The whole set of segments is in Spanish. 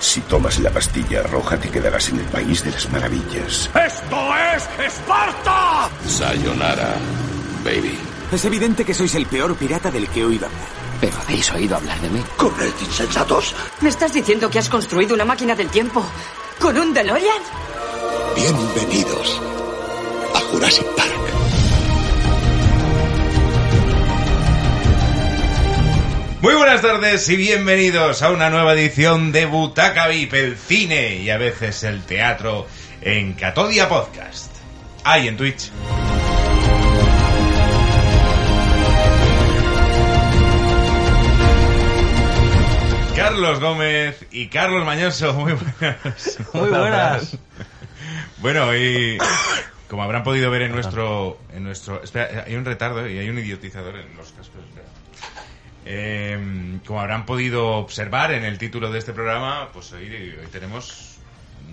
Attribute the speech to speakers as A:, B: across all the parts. A: Si tomas la pastilla roja te quedarás en el país de las maravillas.
B: ¡Esto es Esparta!
C: Sayonara, baby.
D: Es evidente que sois el peor pirata del que he oído hablar.
E: ¿Pero habéis oído hablar de mí?
F: ¡Corred, insensatos!
G: ¿Me estás diciendo que has construido una máquina del tiempo con un DeLorean?
F: Bienvenidos a Jurassic Park.
H: Muy buenas tardes y bienvenidos a una nueva edición de Butaca VIP, el cine y a veces el teatro en Catodia Podcast. Ahí en Twitch. Carlos Gómez y Carlos Mañoso, muy buenas.
I: Muy buenas.
H: Bueno, y como habrán podido ver en nuestro... En nuestro espera, hay un retardo y hay un idiotizador en los cascos. espera. Eh, como habrán podido observar en el título de este programa, pues hoy, hoy tenemos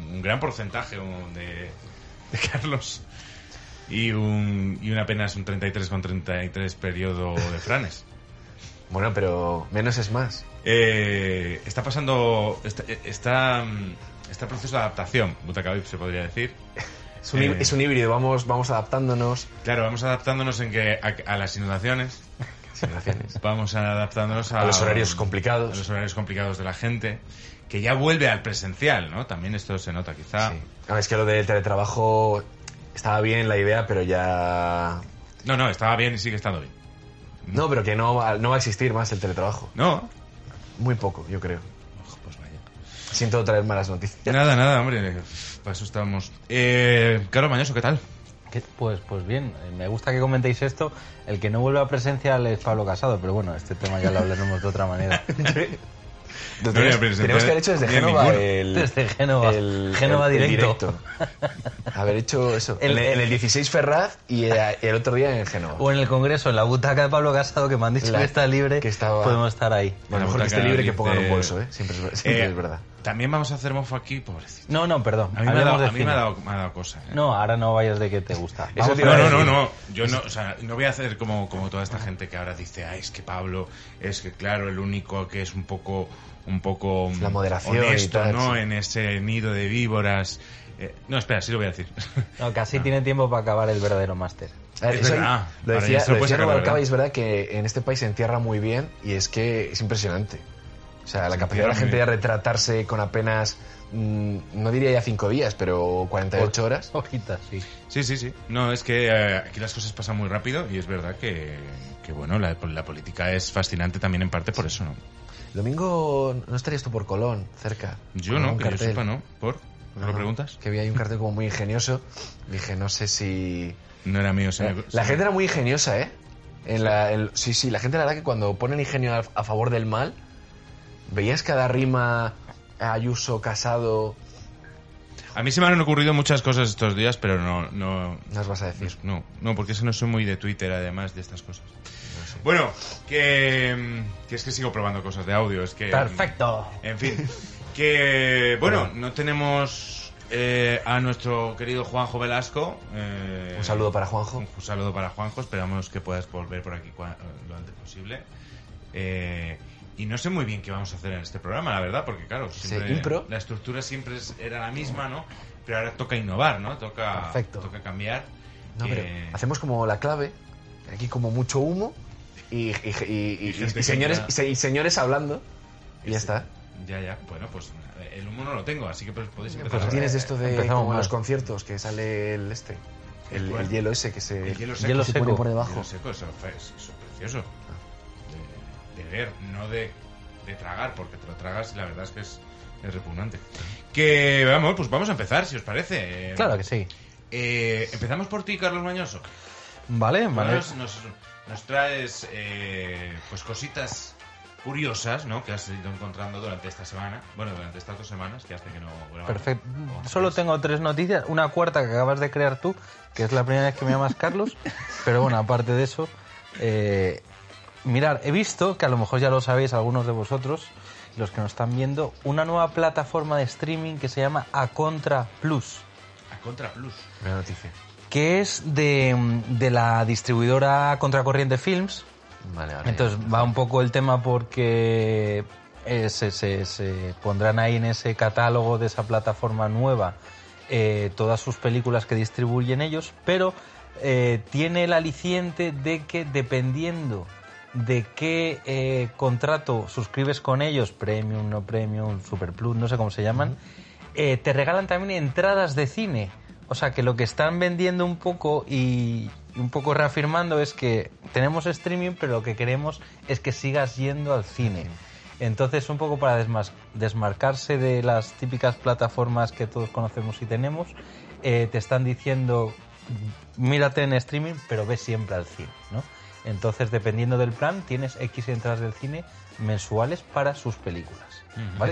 H: un gran porcentaje un- de, de Carlos y, un, y un apenas un 33,33 periodo de Franes.
I: Bueno, pero menos es más.
H: Eh, está pasando. Está, está, mm, está proceso de adaptación, Butaca VIP se podría decir.
I: Es un, hí-
H: Eh.
I: es un híbrido, vamos, vamos adaptándonos.
H: Claro, vamos adaptándonos en que a, a las inundaciones,
I: Situaciones.
H: vamos adaptándonos a,
I: A los horarios
H: Ah, a los
I: complicados.
H: horarios complicados de la gente, que ya vuelve al presencial, ¿no? También esto se nota, quizá.
I: Sí. Ah, es que lo del teletrabajo estaba bien la idea, pero ya.
H: No, no, estaba bien y sigue estando bien.
I: No, pero que no va, no va a existir más el teletrabajo.
H: No.
I: Muy poco, yo creo.
H: Ojo, Pues vaya.
I: Siento traer malas noticias.
H: Nada, nada, hombre. Para eso estábamos. Eh, Caro Mañoso, ¿qué tal?
J: ¿Qué? Pues, pues bien, eh, me gusta que comentéis esto. El que no vuelve a presencial es Pablo Casado, pero bueno, este tema ya lo hablaremos de otra manera.
I: Lo
H: No voy a
I: tenemos,
H: presentar
I: tenemos que haber hecho desde
H: ni a
I: Génova
H: ninguno.
I: el.
J: Desde Génova.
I: el-
J: Génova
I: el- el
J: directo.
I: Haber hecho eso.
J: El-
I: en, el, en el 16 Ferraz y eh, el otro día en el Génova.
J: O en el Congreso, en la butaca de Pablo Casado, que me han dicho
I: La-
J: que está libre,
I: que estaba-
J: podemos estar ahí.
H: La
I: Bueno, mejor que esté
H: butaca
I: libre que
H: pues dice-
I: pongan un bolso, ¿eh? Siempre es, siempre
H: Eh,
I: es verdad.
H: También vamos a hacer mofo aquí, pobrecito.
J: No, no, perdón.
H: A mí, me ha,
J: hablemos
H: dado,
J: de
H: a mí me
J: cine.
H: ha dado- me ha dado cosa. ¿eh?
J: No, ahora no vayas de que te gusta.
I: Eso
J: Vamos
I: te
J: a
I: iba
H: No,
I: a
J: ver.
H: no,
I: decir.
H: no, no. Yo no, o sea, no voy a hacer como, como toda esta gente que ahora dice, ah, es que Pablo es que, claro, el único que es un poco, un poco mm,
I: La moderación y
H: honesto,
I: tal,
H: ¿no?
I: sí.
H: En ese nido de víboras. Eh, no, espera, sí lo voy a decir.
J: No,
H: Ah.
J: casi tiene tiempo para acabar el verdadero máster.
I: A ver,
H: Es
I: Ah, eso
H: verdad.
I: Lo
H: Ahora
I: decía,
H: ya se lo
I: lo
H: puedes
I: decía
H: sacar,
I: Rubalcaba
H: ¿verdad?
I: y es verdad que en este país se entierra muy bien y es que es impresionante. O sea, la
H: Se
I: capacidad de la
H: entierra
I: gente
H: muy
I: de retratarse con apenas, mm, no diría ya 5 días, pero 48 horas.
J: Hojitas, sí.
H: Sí, sí, sí. No, es que eh, aquí las cosas pasan muy rápido y es verdad que, que, bueno, la, la política es fascinante también en parte por eso, ¿no?
I: Domingo, ¿no estarías tú por Colón, cerca?
H: Yo
I: Con
H: no,
I: un
H: que yo
I: cartel.
H: sepa, ¿no? ¿Por? ¿Me lo
I: No, no,
H: preguntas?
I: Que vi ahí un cartel como muy ingenioso. Dije, no sé si...
H: No era mío. se me- se
I: La
H: me-
I: gente era muy ingeniosa, ¿eh? En la, en- sí, sí, la gente la verdad que cuando ponen ingenio a, a favor del mal, veías cada rima Ayuso, Casado...
H: A mí se me han ocurrido muchas cosas estos días, pero no, no,
I: No os vas a decir.
H: Pues no, no, porque eso no soy muy de Twitter, además de estas cosas.
I: Ah,
H: Bueno, que, mm, que es que sigo probando cosas de audio, es que... mm,
J: Perfecto.
H: En fin, que bueno, no tenemos eh, a nuestro querido Juanjo Velasco. eh,
I: Un saludo para Juanjo.
H: Un saludo para Juanjo, esperamos que puedas volver por aquí cua- lo antes posible. Eh, y no sé muy bien qué vamos a hacer en este programa, la verdad, porque claro, siempre-
I: impro.
H: la estructura siempre es- era la misma, ¿no? Pero ahora toca innovar, ¿no? Toca,
J: Perfecto.
H: toca cambiar.
I: No, pero
H: Eh,
I: hacemos como la clave, aquí como mucho humo y, y- y- y-
H: Y
I: y-
H: gente
I: y
H: que
I: señores,
H: habla.
I: y se- y señores hablando. Y ya está.
H: Ya, ya, bueno, pues el humo no lo tengo, así que pues, podéis empezar.
I: Pues tienes de esto de
J: Empezamos
I: como en
J: mal.
I: los conciertos que sale el este, el,
H: ¿Cuál?
I: el hielo ese que se,
H: El hielo
I: que
H: seco.
J: Hielo
I: se
J: seco.
I: pone por
H: El
I: debajo.
H: hielo seco, eso, fue- eso es precioso. De, de ver, no de, de tragar, porque te lo tragas y la verdad es que es, es repugnante. Que vamos, pues vamos a empezar, si os parece. Eh,
J: Claro que sí.
H: eh, empezamos por ti, Carlos Mañoso.
J: Vale, vale.
H: Carlos, nos, nos traes eh, pues cositas curiosas, ¿no? Que has ido encontrando durante esta semana. Bueno, durante estas dos semanas que hace que no grabamos.
J: Perfecto.
H: O
J: Solo
H: tres.
J: tengo tres noticias. Una cuarta que acabas de crear tú, que es la primera vez que me llamas Carlos. Pero bueno, aparte de eso, eh, mirar, he visto, que a lo mejor ya lo sabéis algunos de vosotros, los que nos están viendo, una nueva plataforma de streaming que se llama Acontra Plus,
H: A Contra Plus.
I: Buena noticia.
J: que es de, mm, de la distribuidora Contracorriente Films.
I: Vale, ahora ya.
J: Entonces va un poco el tema porque eh, se, se- se pondrán ahí en ese catálogo de esa plataforma nueva eh, todas sus películas que distribuyen ellos, pero eh, tiene el aliciente de que dependiendo de qué eh, contrato suscribes con ellos, premium, no premium, super plus, no sé cómo se llaman, eh, te regalan también entradas de cine. O sea que lo que están vendiendo un poco y y un poco reafirmando es que tenemos streaming, pero lo que queremos es que sigas yendo al cine. Entonces, un poco para desmas- desmarcarse de las típicas plataformas que todos conocemos y tenemos, eh, te están diciendo, mírate en streaming, pero ve siempre al cine, ¿no? Entonces, dependiendo del plan, tienes X entradas del cine mensuales para sus películas. ¿vale?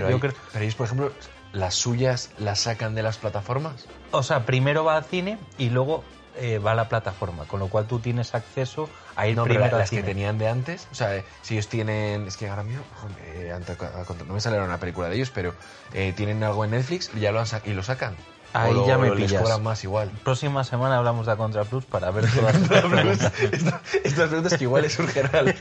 I: Pero,
J: Yo
I: ahí-
J: creo-
I: pero ellos, por ejemplo, las suyas las sacan de las plataformas.
J: o sea, primero va al cine y luego eh, va a la plataforma, con lo cual tú tienes acceso a ir
I: No, pero
J: primero al
I: las que
J: cine.
I: tenían de antes. O sea, eh, si ellos tienen. Es que ahora mismo. joder, eh, ante- a- contra- no me sale ahora una película de ellos, pero eh, tienen algo en Netflix y ya lo han sa- y lo sacan. O
J: Ahí
I: lo-
J: ya me
I: o les
J: pillas.
I: cobran más igual.
J: Próxima semana hablamos de Contra Plus para ver todas estas preguntas.
I: Estas preguntas que igual les surgen al-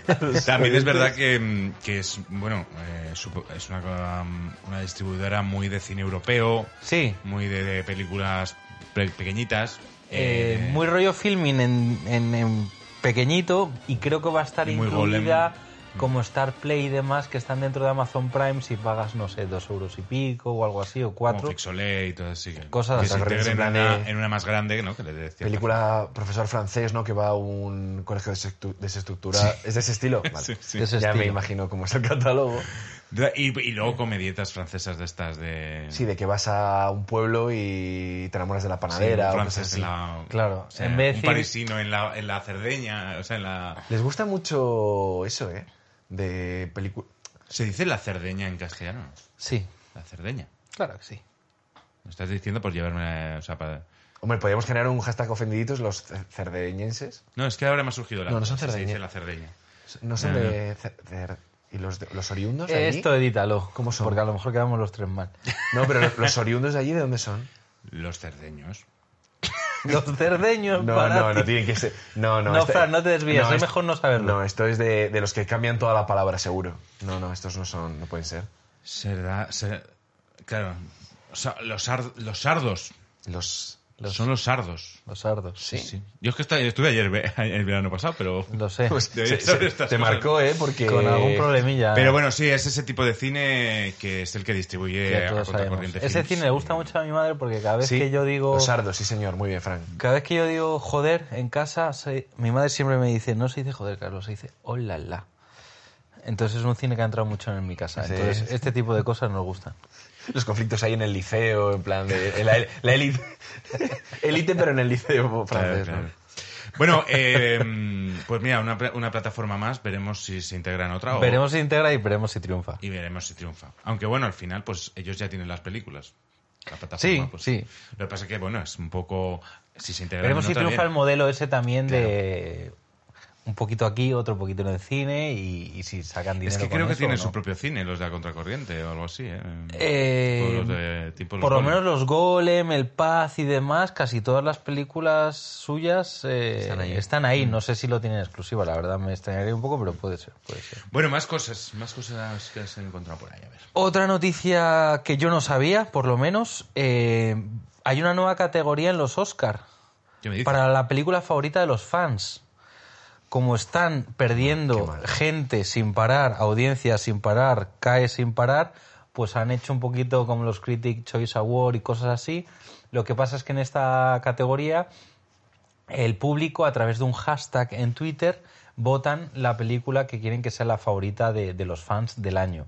H: También es verdad que, mm, que es, bueno, eh, supo- es una, mm, una distribuidora muy de cine europeo,
J: Sí,
H: muy de, de películas pe- pequeñitas.
J: eh,
H: eh,
J: muy rollo filming en, en- en pequeñito y creo que va a estar
H: Y muy
J: incluida
H: golem.
J: como Star Play y demás que están dentro de Amazon Prime si pagas, no sé, dos euros y pico o algo así o
H: Como
J: cuatro.
H: Fixolé y todo así. que-
J: Cosas
H: que se
J: así.
H: integren en
I: En plan
H: una,
I: de-
H: en una más grande, ¿no? Que le dé cierta-
I: Película profesor francés, ¿no? Que va a un colegio desestructurado. desestructura. ¿Es de ese estilo? Vale.
H: Sí, sí.
J: De ese
I: ya me
J: estilo.
I: imagino cómo es el catálogo.
H: Y, y luego comedietas francesas de estas de...
I: Sí, de que vas a un pueblo y te enamoras de la
H: sí,
I: panadera. o
H: francés
I: cosas
H: en
I: así.
H: la...
J: Claro,
H: o sea,
J: en vez de
H: un
J: decir-
H: parisino en la, en la Cerdeña, o sea, en la...
I: Les gusta mucho eso, ¿eh? De película.
H: Se dice la Cerdeña en castellano.
J: Sí,
H: La Cerdeña.
J: claro que sí.
H: Lo estás diciendo por llevarme... O sea, para...
I: Hombre, podríamos generar un hashtag ofendiditos los cer- cerdeñenses.
H: No, es que ahora me ha surgido la...
I: No, no son
H: Se dice
I: Cerdeña.
H: la Cerdeña.
I: No son
H: No, no.
I: de. cer- cer- ¿Y los, de- los oriundos? de allí?
J: Mm. Esto edítalo,
I: ¿Cómo son?
J: porque a lo mejor quedamos los tres mal.
I: No, pero los, los oriundos de allí, ¿de dónde son?
H: Los cerdeños.
J: Los cerdeños
I: No,
J: para
I: no,
J: ti.
I: no tienen que ser. No, no. este-
J: No, Fran, no te desvíes, es mejor no saberlo.
I: No, esto es de, de los que cambian toda la palabra, seguro. No, no, estos no son, no pueden ser.
H: Será... ser- Claro. O sea, los, ar- los sardos.
I: Los.
H: Son los sardos.
J: Los sardos.
H: Sí. Yo es que esta- estuve ayer, ve- el verano pasado, pero...
J: Lo sé.
I: Pues,
H: Debería
I: se-
H: saber
I: se-
H: estas
I: te
H: cosas.
I: marcó, ¿eh? Porque.
J: Con algún problemilla.
H: Pero bueno, sí, es ese tipo de cine que es el que distribuye
J: Ya
H: eh, a
J: todos sabemos.
H: contracorriente
J: Ese
H: Films.
J: cine le gusta mucho a mi madre porque cada vez
I: Sí,
J: que yo digo.
I: Los sardos, sí, señor. Muy bien, Frank.
J: Cada vez que yo digo joder en casa, se- mi madre siempre me dice, no se dice joder, Carlos, se dice hola la. Entonces es un cine que ha entrado mucho en mi casa.
I: Sí.
J: Entonces este tipo de cosas nos gustan.
I: Los conflictos ahí en el liceo, en plan de. La, la élite. élite, pero en el
H: Claro,
I: liceo francés,
H: claro.
I: ¿no?
H: Bueno, eh, pues mira, una, pla- una plataforma más, veremos si se integra en otra o-
J: Veremos si integra y veremos si triunfa.
H: Oh. y veremos si triunfa. Aunque bueno, al final, pues ellos ya tienen las películas. La plataforma,
J: Sí,
H: pues,
J: sí.
H: Lo que pasa es que, bueno, es un poco... Si se integra
J: Veremos
H: en
J: si
H: otra,
J: triunfa el
H: bien.
J: modelo ese también de un poquito aquí, otro poquito en el cine y, y si sacan dinero.
H: Es que
J: con
H: creo que
J: eso
H: tienen
J: o no.
H: su propio cine, los de la contracorriente o algo así, ¿eh?
J: Eh,
H: Todos los de tipo los
J: Por lo
H: Golem.
J: menos los Golem, el Paz y demás, casi todas las películas suyas eh, están ahí. No sé si lo tienen exclusiva, la verdad me extrañaría un poco, pero puede ser, puede ser.
H: Bueno, más cosas, más cosas que has encontrado por ahí, a ver.
J: Otra noticia que yo no sabía, por lo menos, eh, hay una nueva categoría en los Oscar
H: ¿Qué me dices?
J: para la película favorita de los fans. Como están
I: Qué
J: perdiendo
I: mal.
J: gente sin parar, audiencia sin parar, cae sin parar, pues han hecho un poquito como los Critic Choice Award y cosas así. Lo que pasa es que en esta categoría el público a través de un hashtag en Twitter votan la película que quieren que sea la favorita de, de los fans del año.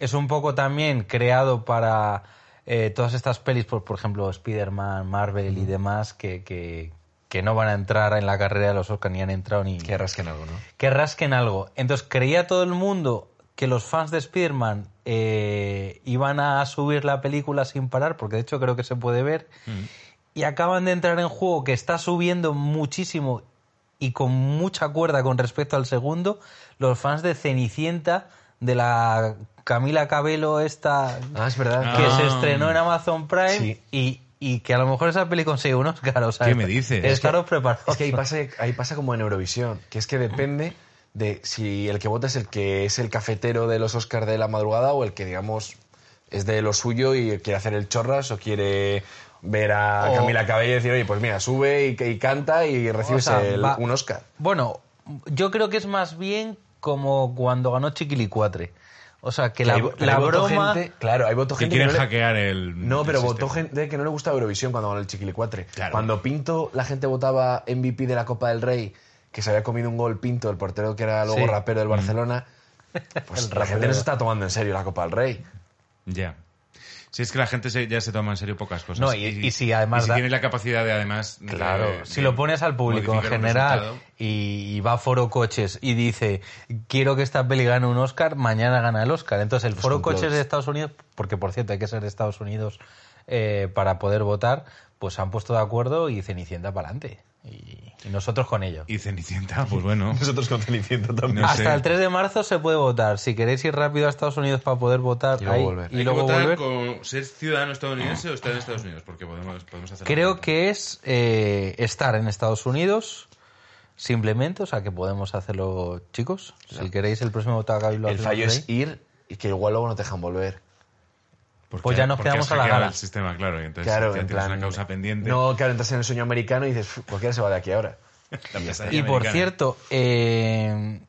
J: Es un poco también creado para eh, todas estas pelis, por, por ejemplo, Spider-Man, Marvel y demás, que, que- que no van a entrar en la carrera de los Oscar ni han entrado ni
I: Que rasquen algo, ¿no?
J: que rasquen algo. Entonces creía todo el mundo que los fans de Spider-Man eh, iban a subir la película sin parar, porque de hecho creo que se puede ver.
H: Mm.
J: Y acaban de entrar en juego que está subiendo muchísimo y con mucha cuerda con respecto al segundo, los fans de Cenicienta, de la Camila Cabello, esta
I: Ah, es verdad.
J: que
H: Ah.
J: se estrenó en Amazon Prime
I: Sí.
J: y, y que a lo mejor esa peli consigue un Oscar. O sea,
H: ¿Qué me dices?
J: Estaros preparados.
I: Es que ahí pasa, ahí pasa como en Eurovisión, que es que depende de si el que vota es el que es el cafetero de los Oscars de la madrugada o el que, digamos, es de lo suyo y quiere hacer el chorras o quiere ver a
J: O-
I: Camila Cabello y decir, oye, pues mira, sube y, y canta y recibes
J: O sea,
I: el-
J: va-
I: un Oscar.
J: Bueno, yo creo que es más bien como cuando ganó Chiquilicuatre. O sea, que la,
I: Hay- pero
J: la
I: hay voto
J: broma...
I: gente- claro, hay voto
H: Que
I: gente
H: quieren
I: no le-
H: hackear el.
I: No, pero
H: el
I: votó
H: sistema.
I: gente que no le gustaba Eurovisión cuando ganó el Chiquilicuatre.
H: Claro.
I: Cuando Pinto, la gente votaba MVP de la Copa del Rey, que se había comido un gol Pinto, el portero que era luego
J: Sí.
I: rapero del Barcelona, pues la gente no se está tomando en serio la Copa del Rey.
H: Ya. Si es que la gente se- ya se toma en serio pocas cosas.
J: No, y- y si además
H: y si
J: da-
H: tienes la capacidad de además. de- de
J: si lo pones al público en
H: modificar un
J: general
H: resultado,
J: y, y va a Foro Coches y dice quiero que esta peli gane un Oscar, mañana gana el Oscar. Entonces el Foro
I: complots.
J: Coches de Estados Unidos, porque por cierto hay que ser de Estados Unidos eh, para poder votar, pues se han puesto de acuerdo y Cenicienta para adelante. Y, y nosotros con ello.
H: Y Cenicienta, pues bueno.
I: Nosotros con Cenicienta también.
H: no
J: Hasta
H: sé.
J: el 3 de marzo se puede votar. Si queréis ir rápido a Estados Unidos para poder votar
I: Y luego
J: ahí,
I: volver.
J: y
H: Hay que
J: luego
H: votar
J: volver.
H: con ser ciudadano estadounidense o estar en Estados Unidos, porque podemos, podemos hacer.
J: Creo que es eh, estar en Estados Unidos simplemente, o sea que podemos hacerlo, chicos. Si queréis el próximo Tagabi lo
I: El
J: hacemos
I: fallo
J: ahí.
I: es ir y que igual luego no te dejan volver.
H: Porque-
J: pues ya nos
H: porque
J: quedamos
H: has
J: a la
H: hackeado
J: gala.
H: El sistema, claro. y entonces
I: Claro,
H: ya
I: en
H: tienes
I: plan.
H: una causa pendiente.
I: No, claro, entras en el sueño americano y dices, "Fu, cualquiera se va de aquí ahora.
H: la pesadilla
J: Y por
H: americana.
J: cierto, eh,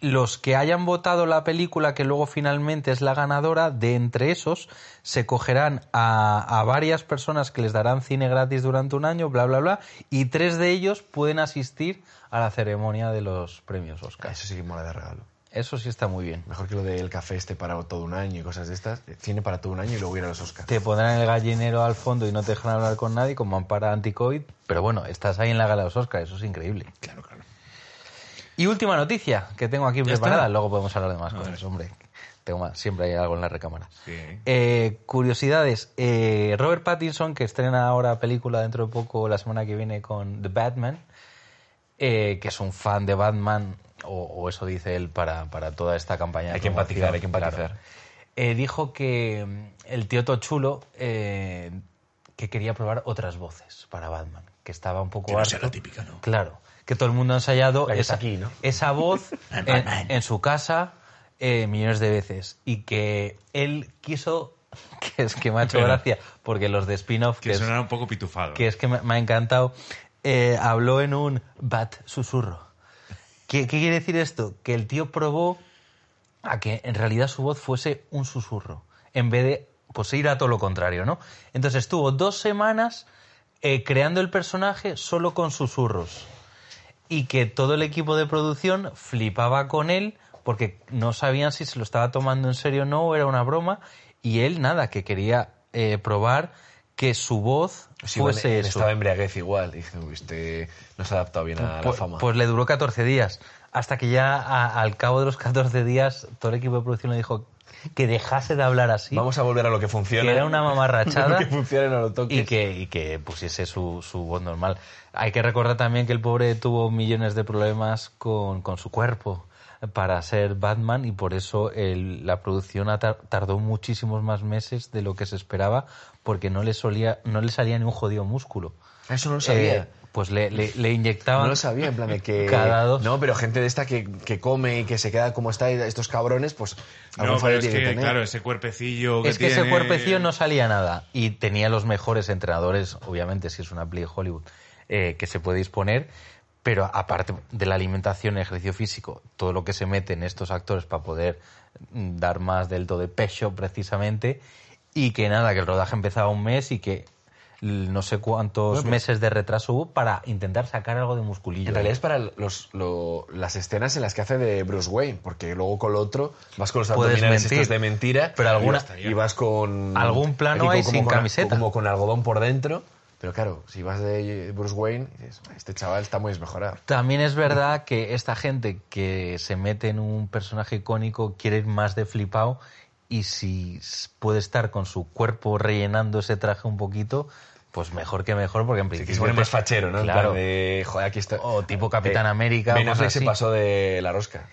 J: los que hayan votado la película que luego finalmente es la ganadora, de entre esos se cogerán a, a varias personas que les darán cine gratis durante un año, bla, bla, bla, y tres de ellos pueden asistir a la ceremonia de los premios
I: Ah,
J: Oscar.
I: Eso sí que mola de regalo.
J: Eso sí está muy bien.
I: Mejor que lo del café este para todo un año y cosas de estas. Cine para todo un año y luego ir a los Oscars.
J: Te pondrán el gallinero al fondo y no te dejan hablar con nadie con mampara anti-COVID. Pero bueno, estás ahí en la gala de los Oscars, eso es increíble. Claro, claro. Y última noticia que tengo aquí preparada, luego podemos hablar de más cosas, hombre. Tengo más, siempre hay algo en la recámara.
H: Sí.
J: Eh, curiosidades. Eh, Robert Pattinson, que estrena ahora película dentro de poco, la semana que viene con The Batman, eh, que es un fan de Batman, o, o eso dice él para, para toda esta campaña. de
I: Hay que
J: promoción,
I: empatizar, hay que
J: claro.
I: empatizar.
J: Eh, dijo que mm, el tío Tochulo eh, que quería probar otras voces para Batman, que estaba un poco
A: Que no sea
J: harto.
A: la típica, ¿no?
J: Claro, que todo el mundo ha ensayado
I: La que
J: esa,
I: está aquí, ¿no?
J: esa voz en,
A: Batman.
J: en su casa eh, millones de veces y que él quiso, que es que me ha hecho
H: Pero-
J: gracia, porque los de spin-off, que,
H: Que
J: es-
H: sonara un poco pitufado.
J: que es que me, me ha encantado, eh, habló en un bat susurro. ¿Qué, ¿Qué quiere decir esto? Que el tío probó a que en realidad su voz fuese un susurro, en vez de pues, ir a todo lo contrario, ¿no? Entonces estuvo dos semanas eh, creando el personaje solo con susurros y que todo el equipo de producción flipaba con él porque no sabían si se lo estaba tomando en serio o no, o era una broma, y él nada, que quería eh, probar que su voz
I: Sí,
J: fuese
I: bueno,
J: eso.
I: Estaba embriaguez igual. Dije, "Uy, este no se ha adaptado bien a la
J: Pues,
I: fama.
J: pues le duró 14 días. Hasta que ya a- al cabo de los 14 días todo el equipo de producción le dijo que dejase de hablar así,
I: Vamos a volver a lo que funciona.
J: que era una
I: lo
J: mamarrachada
I: que funciona no lo toques.
J: y que, y que pusiese su, su voz normal. Hay que recordar también que el pobre tuvo millones de problemas con, con su cuerpo para ser Batman y por eso el- la producción ha tar- tardó muchísimos más meses de lo que se esperaba porque no le, solía, no le salía ni un jodido músculo.
I: Ah, Eso no lo sabía.
J: Eh, pues le, le, le inyectaban...
I: no lo sabía, en plan de que...
J: Cada dos.
I: No, pero gente de esta que, que come y que se queda como está, y estos cabrones, pues algún
H: No, pero
I: fallo
H: es
I: tiene
H: que,
I: que tener.
H: claro, ese cuerpecillo que
J: Es que ese
H: tiene-
J: cuerpecillo no salía nada y tenía los mejores entrenadores, obviamente, si es una peli de Hollywood, eh, que se puede disponer, pero aparte de la alimentación, el ejercicio físico, todo lo que se mete en estos actores para poder mm, dar más delto de pecho precisamente, y que nada, que el rodaje empezaba un mes y que l- no sé cuántos meses de retraso hubo para intentar sacar algo de musculillo.
I: En realidad es para los, lo- las escenas en las que hace de Bruce Wayne, porque luego con lo otro vas con los
J: Puedes
I: abdominales
J: mentir,
I: estos de mentira
J: pero alguna-
I: y vas- y vas con...
J: Algún plano
I: aquí
J: hay sin
I: con-
J: camiseta.
I: Como con algodón por dentro, pero claro, si vas de Bruce Wayne, dices, este chaval está muy desmejorado.
J: También es verdad que esta gente que se mete en un personaje icónico quiere ir más de flipado y si s- puede estar con su cuerpo rellenando ese traje un poquito, pues mejor que mejor, porque en
I: Sí,
J: principio...
I: que se pone
J: te-
I: más fachero, ¿no? En
J: Claro.
I: plan de, joder, aquí está.
J: O tipo Capitán América,
I: Ben
J: o cosas
I: Affleck se
J: así.
I: pasó de la rosca.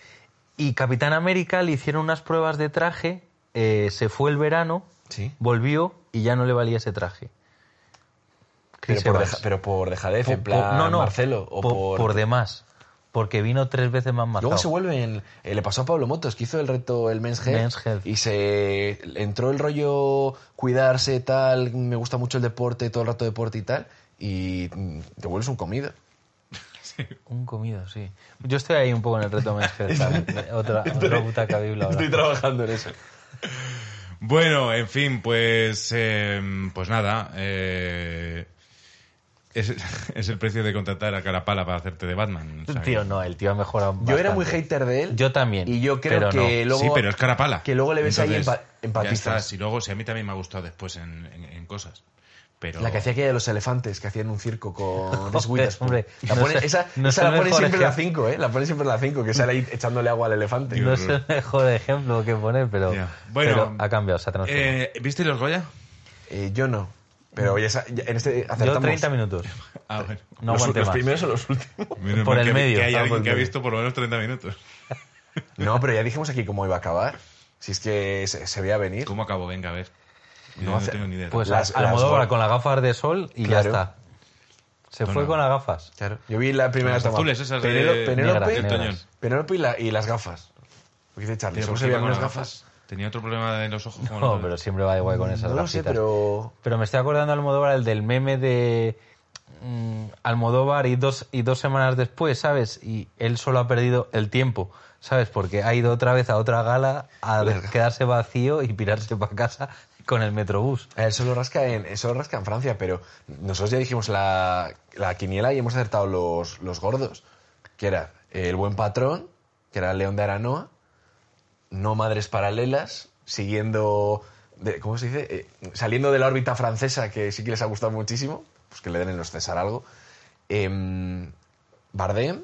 J: Y Capitán América le hicieron unas pruebas de traje, eh, se fue el verano,
I: Sí.
J: volvió y ya no le valía ese traje.
I: Pero
J: Chris
I: por,
J: Evans.
I: deja- pero por dejadez,
J: Po-
I: en
J: po-
I: plan
J: no, no,
I: Marcelo. O
J: po-
I: por,
J: demás. porque vino tres veces más matado.
I: Luego se vuelven. eh, le pasó a Pablo Motos, que hizo el reto el Men's Health.
J: Men's Health.
I: Y se entró el rollo cuidarse, tal, me gusta mucho el deporte, todo el rato deporte y tal. Y mm, te vuelves un comido.
J: Un comido, sí. Yo estoy ahí un poco en el reto Men's Health también. Otra, otra butaca biblia ahora.
I: Estoy trabajando en eso.
H: Bueno, en fin, pues, eh, pues nada. eh, es, es el precio de contratar a Carapala para hacerte de Batman. ¿sabes?
J: Tío, no, el tío ha mejorado
I: Yo era muy
J: bastante.
I: hater de él.
J: Yo también,
I: Y yo creo
J: pero
I: que luego.
H: sí, pero es Carapala.
I: Que luego le ves
H: Entonces,
I: ahí empa-
H: Ya
I: empatista.
H: está, y luego, si a mí también me ha gustado después en, en- en cosas. Pero...
I: La que hacía aquella de los elefantes que hacían un circo con Reese
J: Hombre,
I: Witherspoon.
J: hombre,
I: La
J: no
I: pone-
J: sé-
I: esa
J: no
I: esa
J: sé
I: la pone
J: mejor
I: siempre en la
J: ejemplo.
I: 5, ¿eh? La pone siempre en la 5, que sale ahí echándole agua al elefante.
J: No es el mejor ejemplo que poner, pero,
H: Ya. Bueno,
J: pero ha cambiado, se ha transformado.
H: Eh, ¿Viste los Goya?
I: Eh, yo no. Pero ya, sa- ya en este
J: Yo
I: acertamos.
J: 30 minutos.
H: Ah, bueno.
J: No
I: los,
J: aguante
I: los
J: más.
I: primeros o los últimos.
H: Menos
J: Por
H: mal
J: el
H: que-
J: medio,
H: Que hay alguien
J: algo en
H: que ha
J: medio.
H: visto por lo menos 30 minutos.
I: No, pero ya dijimos aquí cómo iba a acabar. Si es que se, se veía venir.
H: ¿Cómo acabo? Venga, a ver. Yo
I: No
H: No,
I: hace-
H: tengo ni idea.
J: Pues
I: Las-
J: Al- Almodóvar
I: las-
J: con las gafas de sol y
I: Claro.
J: ya está. Se
H: No,
J: fue
H: no.
J: con las gafas.
I: Claro. Yo vi la primera
H: Las
I: toma.
H: azules esas de-
I: Penelo-
J: Negras,
I: Penélope,
J: negras.
H: Toñón.
I: Penélope y, la- y las gafas. Lo que dice Charlie.
H: Tío,
I: ¿Cómo
H: ¿por
I: se
H: qué iba
I: veían
H: con
I: unas
H: las
I: gafas?
H: Tenía otro problema de los ojos. como
J: No,
H: los de-
J: pero siempre va igual con esas
I: No lo sé,
J: gafitas.
I: pero.
J: Pero me estoy acordando Almodóvar el del meme de mm, Almodóvar y dos, y dos semanas después, ¿sabes? Y él solo ha perdido el tiempo, ¿sabes? Porque ha ido otra vez a otra gala a quedarse vacío y pirarse para casa con el metrobús.
I: A él solo Eh, rasca en, él solo rasca en Francia, pero nosotros ya dijimos la, la quiniela y hemos acertado los, los gordos, que era El Buen Patrón, que era León de Aranoa, No Madres Paralelas, siguiendo, de- ¿cómo se dice? Eh, saliendo de la órbita francesa, que sí que les ha gustado muchísimo, pues que le den en los César algo, em, Bardem,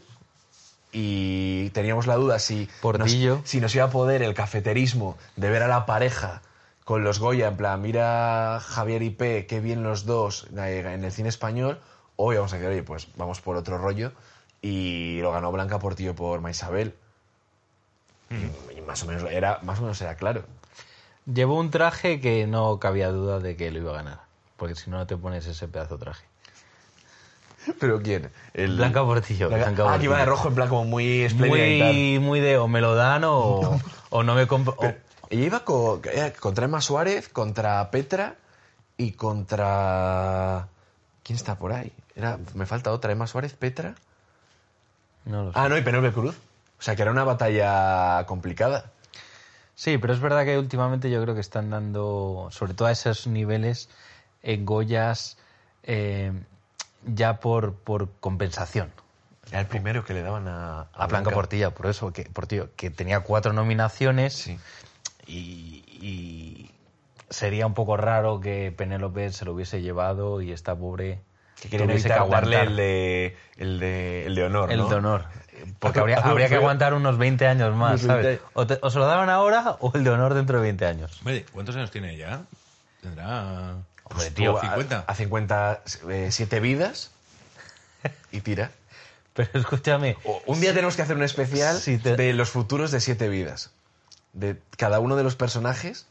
I: y teníamos la duda si nos,
J: Portillo.
I: si nos iba a poder el cafeterismo de ver a la pareja con los Goya, en plan, mira Javier y P, qué bien los dos eh, en el cine español, hoy vamos a decir, oye, pues vamos por otro rollo, y lo ganó Blanca Portillo por Maisabel.
J: Hmm.
I: Y más o menos era, más o menos era claro.
J: Llevó un traje que no cabía duda de que lo iba a ganar. Porque si no, no te pones ese pedazo de traje.
I: ¿Pero quién? El...
J: Blanca Portillo.
I: Blanca-
J: Blanca
I: Ah, que iba de
J: Portillo.
I: rojo, en plan como muy espléndida y tal.
J: Muy, muy de o me lo dan o, o no me compro. o-
I: Pero ella iba co- eh, contra Emma Suárez, contra Petra y contra... ¿Quién está por ahí? Era, me falta otra, Emma Suárez, Petra.
J: no lo sé.
I: Ah, no, y Penélope Cruz. O sea, que era una batalla complicada.
J: Sí, pero es verdad que últimamente yo creo que están dando, sobre todo a esos niveles, en Goyas eh, ya por, por compensación.
I: Era el primero que le daban a,
J: A Blanca Portilla, por eso, que, Portillo, que tenía cuatro nominaciones y, y sería un poco raro que Penélope se lo hubiese llevado y esta pobre
I: Que querían
J: tuviese
I: evitar
J: aguantar
I: darle el de, el, de, el de honor,
J: el
I: ¿no?
J: de honor. Porque
I: Algo-
J: habría,
I: algo
J: habría que
I: feo.
J: aguantar unos 20 años más,
I: Unos
J: ¿sabes?
I: 20.
J: O, te- o se lo daban ahora o el de honor dentro de 20 años.
H: Oye, ¿cuántos años tiene ella? Tendrá. pues,
J: Hombre,
I: Tú
J: tío,
I: pues a-
H: 50.
I: A, 50, eh, siete vidas y tira.
J: Pero escúchame,
I: O- un día tenemos que hacer un especial
J: Sí, te-
I: de los futuros de siete vidas. De cada uno de los personajes,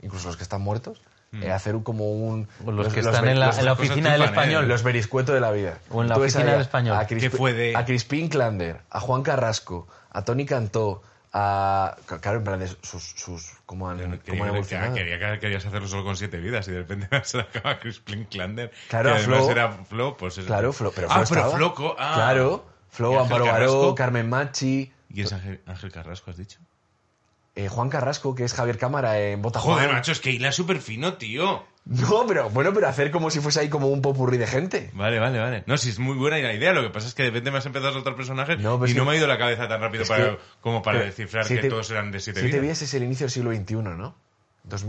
I: incluso los que están muertos, eh, hacer un- como un...
J: Mm. O Pues los que están
I: ver-
J: en la,
I: los-
J: en la
H: cosas
J: oficina
H: triunfan,
J: del
H: ¿eh?
J: español.
I: Los beriscuetos de la vida.
J: O en la
I: Tú ves
J: oficina
I: ahí
J: del español.
I: A, Crisp-
H: ¿Qué fue de-
I: a Crispín Klander, a Juan Carrasco, a Tony Cantó, a... Claro, en plan de sus... sus ¿Cómo han,
H: Quería-
I: cómo han evolucionado?
H: quería- quería- querías hacerlo solo con siete vidas y de repente se la acaba Chris Klander.
I: Claro,
H: y
I: a
H: además
I: Flo.
H: era Flo, pues eso.
I: Claro, Flo, pero Flo
H: ah, pero
I: estaba.
H: Floco. Ah.
I: Claro,
H: Y
I: Flo,
H: Ángel
I: Amparo
H: Carrasco.
I: Baró, Carmen Machi,
H: ¿Y es Ángel, Ángel Carrasco, has dicho?
I: eh, Juan Carrasco, que es Javier Cámara en Bota
H: Joder,
I: Juan.
H: macho, es que Hila es súper fino, tío.
I: No, pero bueno, pero hacer como si fuese ahí como un popurrí de gente.
H: Vale, vale, vale. No, si es muy buena la idea. Lo que pasa es que de repente me has empezado a soltar personajes
I: No, pero
H: y
I: es
H: no
I: que-
H: me ha ido la cabeza tan rápido
I: es
H: para-
I: que-
H: como para
I: pero
H: descifrar
I: siete-
H: que todos eran de siete,
I: Siete
H: vidas.
I: vidas es el inicio del siglo XXI, ¿no?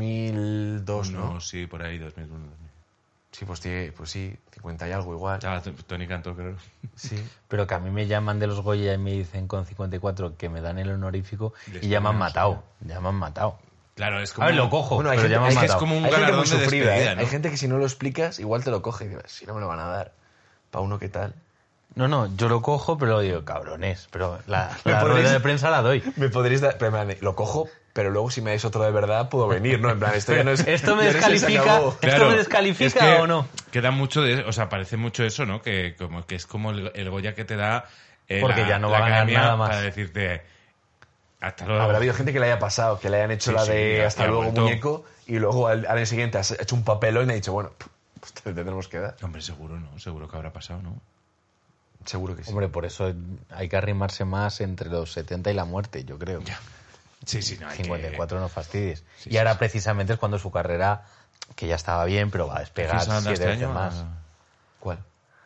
I: 2002, ¿no?
H: No, sí, por ahí, 2001. 2000.
I: Sí, pues, tiene- pues sí, 50 y algo igual.
H: Estaba T- Tony Cantó, claro.
I: Sí.
J: Pero que a mí me llaman de los Goya y me dicen con 54 que me dan el honorífico
H: Les
J: y ya me han
H: ponen,
J: matado. Ya me han matado.
H: Claro, es como...
J: A ver, lo cojo,
I: Bueno, hay
J: pero
I: gente-
J: ya me
I: es
J: han
I: que es
J: matado.
H: como un
I: Hay gente
H: galardón
I: muy
H: de
I: sufrida,
H: despedida,
I: ¿eh?
H: ¿no?
I: Hay gente que si no lo explicas, igual te lo coge y dices, si no me lo van a dar. Pa' uno que tal.
J: No, no, yo lo cojo, pero digo, cabrones. Pero la, la
I: podréis-
J: rueda de prensa la doy.
I: Me podréis dar... Pero en plan de, lo cojo, pero luego si me dais otro de verdad puedo venir, ¿no? En plan, esto ya no es...
J: Esto me
I: ya no es que se
J: descalifica.
I: acabó.
J: ¿Esto me descalifica
H: es que
J: o no?
H: Queda mucho de, o sea, parece mucho eso, ¿no? Que como que es como el, el Goya que te da eh,
J: Porque
H: la-
J: ya no
H: la
J: va a ganar
H: academia
J: nada más.
H: Para decirte, hasta luego.
I: Habrá habido gente que le haya pasado, que le hayan hecho
H: Sí,
I: la
H: sí,
I: de
H: ya-
I: hasta
H: ya ha
I: luego
H: vuelto.
I: muñeco y luego al, al año siguiente has hecho un papelón y ha dicho, bueno, pues te tendremos que dar.
H: Hombre, seguro, ¿no? Seguro que habrá pasado, ¿no?
I: Seguro que sí.
K: Hombre, por eso hay que arrimarse más entre los 70 y la muerte, yo creo.
H: Sí, sí, no hay que-
K: 54 no fastidies. y ahora precisamente es cuando su carrera, que ya estaba bien, pero va a despegar
H: ¿Quién se la anda
K: siete
H: este
K: veces
H: año?
K: más.
H: A-
K: ¿Cuál?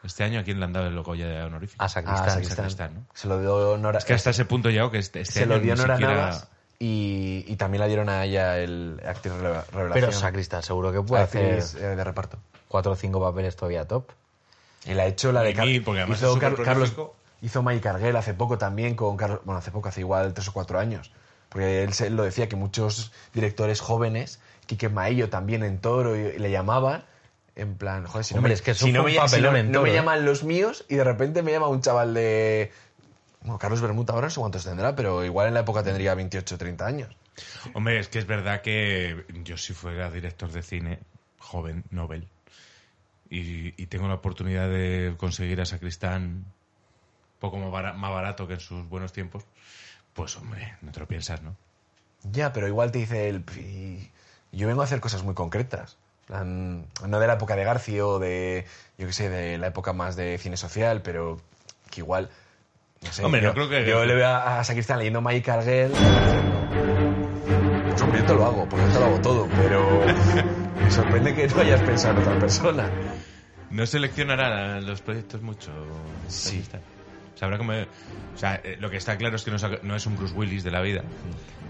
H: Este año, ¿a quién le han dado el logo ya de honorífico?
K: A Sacristán.
I: Ah,
H: Sacristán, ¿no?
I: Se lo dio Nora.
H: Es que hasta ese punto llegado que este, este
I: se
H: año
I: lo dio
H: ni
I: Nora
H: siquiera-
I: Navas y, y también la dieron a ella el actriz revela- revelación.
K: Pero Sacristán seguro que puede hacer
I: Actriz, eh, de reparto.
K: cuatro o cinco papeles todavía top.
I: Y la ha hecho la de
H: Y
I: Car-
H: mí, porque además
I: hizo
H: es súper
I: Car- Carlos
H: prolífico.
I: hizo Mike Carguel hace poco también con Carlos bueno hace poco hace igual tres o cuatro años porque él, se- él lo decía que muchos directores jóvenes Quique Maillo también en Toro y- y le llamaban en plan joder si no
K: Hombre,
I: me,
K: es que eso
I: si no
K: fue
I: me
K: un
I: ll- si no-
K: papelón en
I: no me
K: Toro, ¿eh?
I: llaman los míos y de repente me llama un chaval de bueno, Carlos Bermuda ahora no sé cuántos tendrá pero igual en la época tendría 28 o 30 años
H: Hombre, es que es verdad que yo si fuera director de cine, joven, Nobel, y, y tengo la oportunidad de conseguir a Sacristán poco más, bara- más barato que en sus buenos tiempos, pues hombre, no te lo piensas, ¿no?
I: Ya, pero igual te dice él, "Pi, yo vengo a hacer cosas muy concretas. En plan, No de la época de García o de, yo qué sé, de la época más de cine social, pero que igual... No sé,
H: Hombre, no
I: yo-
H: creo que-
I: Yo le veo a, a Sacristán leyendo Mike Cargill. Pues hombre, yo te lo hago, porque yo te lo hago todo, pero me sorprende que no hayas pensado en otra persona.
H: No seleccionará los proyectos mucho. Sacristán. Sabrá cómo- O sea, eh, lo que está claro es que no, es- no es un Bruce Willis de la vida,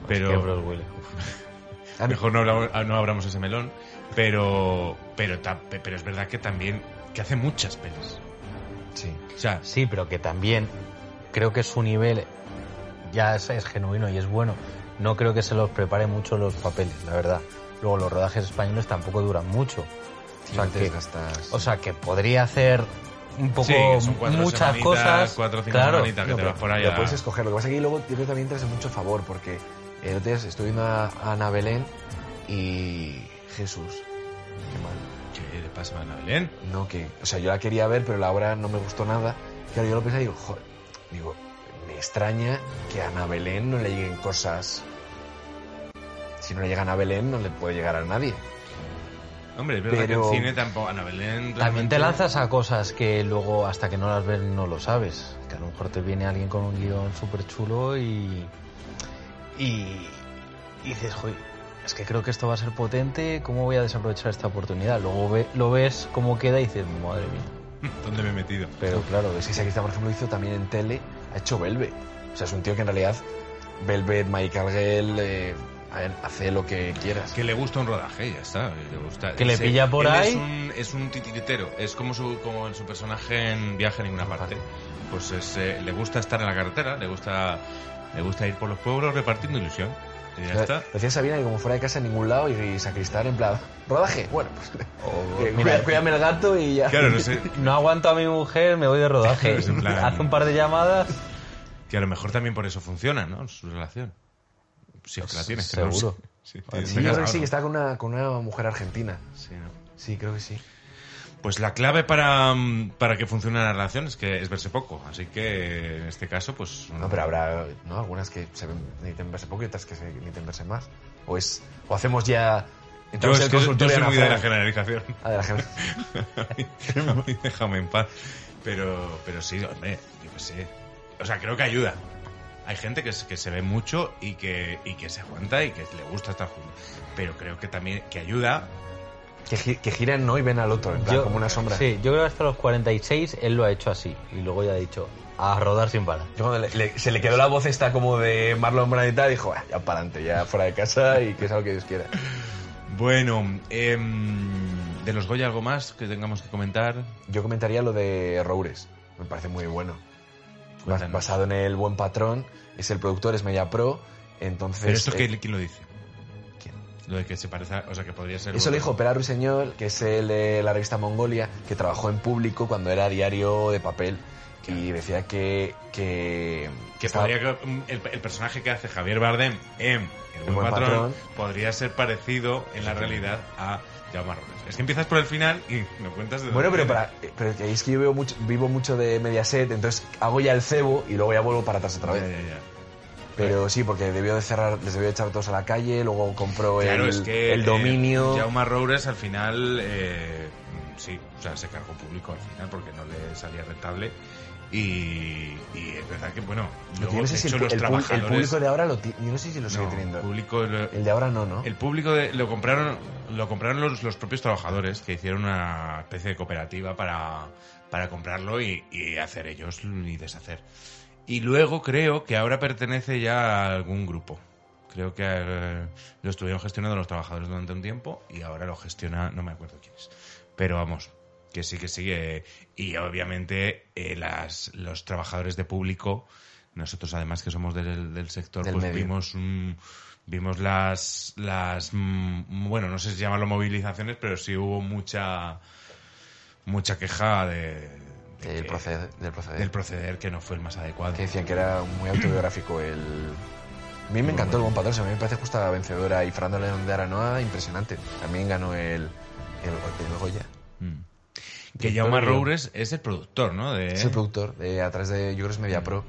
H: pero...
K: Qué Bruce Willis.
I: A mí-
H: Mejor no, hablamos- ah, no abramos ese melón, pero, pero, ta- pero es verdad que también que hace muchas pelis.
I: Sí.
H: O sea,
K: Sí, pero que también
J: Creo que su nivel ya es, es genuino y es bueno. No creo que se los prepare mucho los papeles, la verdad. Luego los rodajes españoles tampoco duran mucho. O sea,
I: Antes
J: que,
I: gastas-
J: o sea, que podría hacer un poco
H: sí, son cuatro
J: muchas
H: semanitas,
J: cosas.
H: cuatro o cinco
J: claro,
H: semanitas que
I: No,
H: te
I: pero
H: vas por ahí
I: lo
H: a-
I: puedes escoger. Lo que pasa es que luego yo creo que también traes mucho favor, porque el otro día estuve viendo a a Ana Belén y Jesús. Qué mal.
H: ¿Qué le pasa a Ana Belén?
I: No, que, o sea, yo la quería ver, pero la obra no me gustó nada. Claro, yo lo pensé y digo, joder, digo, me extraña que a Ana Belén no le lleguen cosas. Si no le llega a Ana Belén, no le puede llegar a nadie.
H: Hombre, es verdad
I: Pero-
H: que en cine tampoco. Ana Belén.
K: También
H: realmente-
K: te lanzas a cosas que luego hasta que no las ves no lo sabes. Que a lo mejor te viene alguien con un guión súper chulo y, y, y dices, joder, es que creo que esto va a ser potente, ¿cómo voy a desaprovechar esta oportunidad? Luego ve- lo ves cómo queda y dices, madre mía.
H: ¿Dónde me he metido?
K: Pero claro,
I: Es
K: es
I: que Sacristán, por ejemplo, hizo también en tele, ha hecho Velvet. O sea, es un tío que en realidad, Velvet, Michael Gell, eh, a ver, hace lo que quieras.
H: Que le gusta un rodaje, ya está. que Le gusta.
J: Que le
H: Ese-
J: pilla por
H: él
J: ahí.
H: Es un, es un titiritero. Es como su, como en su personaje en Viaje a ninguna parte. Pues es, eh, le gusta estar en la carretera, le gusta, le gusta ir por los pueblos repartiendo ilusión. Y ya
I: Lo-
H: está.
I: Lo decía Sabina que como fuera de casa en ningún lado y, y sacristán en plan, rodaje, bueno, pues
H: Oh,
I: eh,
J: mira,
I: cuida- cuídame el gato y ya.
H: Claro, no sé.
J: No aguanto a mi mujer, me voy de rodaje.
H: Es en plan-
J: Hace un par de llamadas.
H: Que a lo mejor también por eso funciona, ¿no? Su relación. Si es que la tienes, que no lo
K: seguro.
H: sé. Sí,
I: Sí,
H: está
I: yo creo
H: casado,
I: que sí,
H: ¿no?
I: que está con una, con una mujer argentina.
H: Sí, ¿no?
I: Sí, creo que sí.
H: Pues la clave para, mm, para que funcione la relación es que es verse poco. Así que en este caso, pues.
I: No, pero habrá ¿no? algunas que se ven, necesitan verse poco y otras que se necesitan verse más. O es o hacemos ya...
H: Yo,
I: entramos
H: es
I: en
H: que
I: el
H: yo
I: consultorio
H: soy
I: Ana
H: muy de la
I: Fran.
H: generalización.
I: Ah, de la gente.
H: A mí Déjame en paz. Pero, pero sí, hombre, yo qué sé. O sea, creo que ayuda. Hay gente que, se- que se ve mucho y que, y que se aguanta y que le gusta estar juntos. Pero creo que también que ayuda
I: Que, gi- que giran no y ven al otro, en plan,
J: Yo-
I: como una sombra.
J: Sí, yo creo que hasta los 46 él lo ha hecho así. Y luego ya ha dicho, a rodar sin parar.
I: Yo cuando le- le- se le quedó la voz esta como de Marlon Brando y tal, dijo, "Ah, ya para adelante, ya fuera de casa y que sea lo que Dios quiera.
H: Bueno, em, de los Goya algo más que tengamos que comentar.
I: Yo comentaría lo de Roures, me parece muy bueno. Bas-
H: Cuéntanos.
I: basado en el buen patrón, es el productor, es Media Pro, entonces...
H: Pero esto
I: eh,
H: que, quién lo dice.
I: ¿quién?
H: Lo de que se parece, a- o sea, que podría ser...
I: Eso
H: otro.
I: lo dijo Pera Ruiseñol, que es el de la revista Mongolia, que trabajó en público cuando era diario de papel. Y decía que. Que,
H: Que
I: estaba-
H: podría que- mm, el, el personaje que hace Javier Bardem en El Buen,
I: Buen
H: patrón,
I: Patrón.
H: podría ser parecido en la realidad a Jaume Marrones. Es que empiezas por el final y me cuentas de
I: Bueno,
H: dónde
I: pero,
H: viene.
I: para, pero que es que yo veo mucho, vivo mucho de Mediaset, entonces hago ya el cebo y luego ya vuelvo para atrás otra vez.
H: Ya, ya, ya.
I: Pero sí, porque debió de cerrar, les debió de echar todos a la calle, luego compró
H: Claro,
I: el,
H: es que
I: el dominio.
H: eh, Jaume Roures al final, eh, mm, sí, o sea, se cargó público al final porque no le salía rentable. Y, y es verdad que, bueno, luego,
I: yo no
H: de
I: sé si
H: hecho,
I: el,
H: los
I: el pu- el
H: trabajadores.
I: público de ahora lo ti- Yo no sé si lo sigue
H: no,
I: teniendo.
H: público, lo-
I: El de ahora no, ¿no?
H: el público de- lo compraron, lo compraron los, los propios trabajadores que hicieron una especie de cooperativa para, para comprarlo y, y hacer ellos y deshacer. Y luego creo que ahora pertenece ya a algún grupo. Creo que eh, lo estuvieron gestionando los trabajadores durante un tiempo y ahora lo gestiona, no me acuerdo quién es. Pero vamos, que sí, que sigue. Y obviamente eh, las, los trabajadores de público, nosotros además que somos del, del sector,
I: Del
H: pues
I: medio.
H: vimos un- vimos las las mm, bueno no sé si llamarlo movilizaciones pero sí hubo mucha mucha queja de, de
I: del,
H: que-
I: proceder, eh, del proceder.
H: del proceder que no fue el más adecuado
I: que decían que era muy autobiográfico el... A mí me encantó el Buen Patrón, o sea, a mí me parece justa vencedora y Fernando León de Aranoa, impresionante. También ganó el, el, el Goya.
H: Mm. que Jaume
I: Director,
H: Roures es el productor no de
I: Es el productor, de, a través de Yugres Media Pro.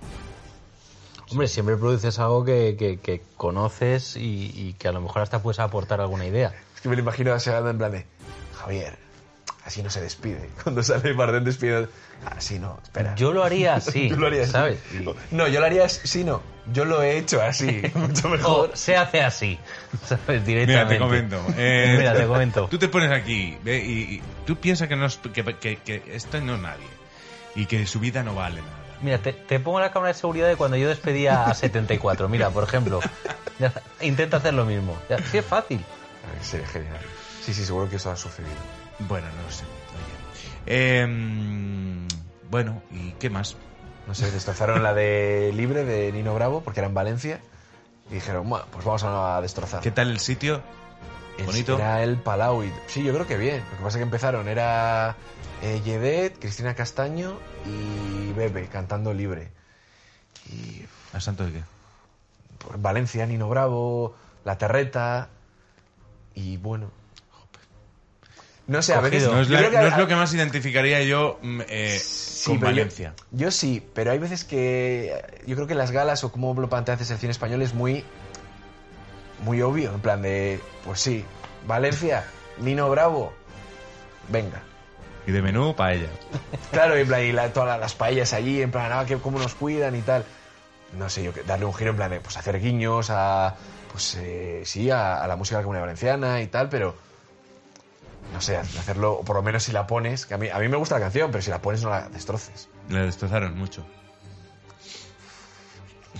K: Hombre, siempre produces algo que, que- que conoces y, y que a lo mejor hasta puedes aportar alguna idea.
I: Es que me lo imagino llegando en plan de, Javier, así no se despide. Cuando sale Bardem despedido, así no, espera.
K: Yo lo haría así,
I: Yo lo haría así.
K: ¿sabes? Y-
I: No, yo lo haría así, no. Yo lo he hecho así, mucho mejor.
K: o se hace así, ¿sabes?
H: Mira,
K: Directamente.
H: te comento. eh,
K: Mira, te comento.
H: Tú te pones aquí ve, y, y tú piensas que, no es- que, que- que esto no es nadie y que su vida no vale nada.
K: Mira, te, te pongo la cámara de seguridad de cuando yo despedía a 74. Mira, por ejemplo. Ya está. intenta hacer lo mismo. Ya, sí, es fácil.
I: Ay, Ah, Sería genial. Sí, sí, seguro que eso ha sucedido.
H: Bueno, no lo sé. Oye. Em, bueno, ¿y qué más?
I: No sé, destrozaron la de Libre de Nino Bravo porque era en Valencia y dijeron, bueno, pues vamos a destrozar.
H: ¿Qué tal el sitio?
I: El-
H: Bonito.
I: Era el Palau. y- sí, yo creo que bien. Lo que pasa es que empezaron era eh, Yedet, Cristina Castaño y Bebe cantando Libre. Y
H: ¿A santo de qué?
I: pues, Valencia, Nino Bravo, La Terreta y bueno. No sé, a veces...
H: No es, la-
I: creo que
H: no
I: a-
H: es lo que más identificaría yo mm, eh,
I: Sí,
H: con
I: pero yo-
H: Valencia.
I: Yo, sí, pero hay veces que eh, yo creo que las galas o cómo lo planteas el cine español es muy muy obvio, en plan de pues sí, Valencia, Nino Bravo, venga.
H: Y de menú, paella.
I: Claro, y, en plan, y la- todas las paellas allí, en plan, ah, que cómo nos cuidan y tal. No sé, yo que- darle un giro en plan de pues hacer guiños a pues eh, sí, a, a la música de la comunidad valenciana y tal, pero no sé, hacerlo, o por lo menos si la pones, que a mí, a mí me gusta la canción, pero si la pones no la destroces.
H: Le destrozaron mucho.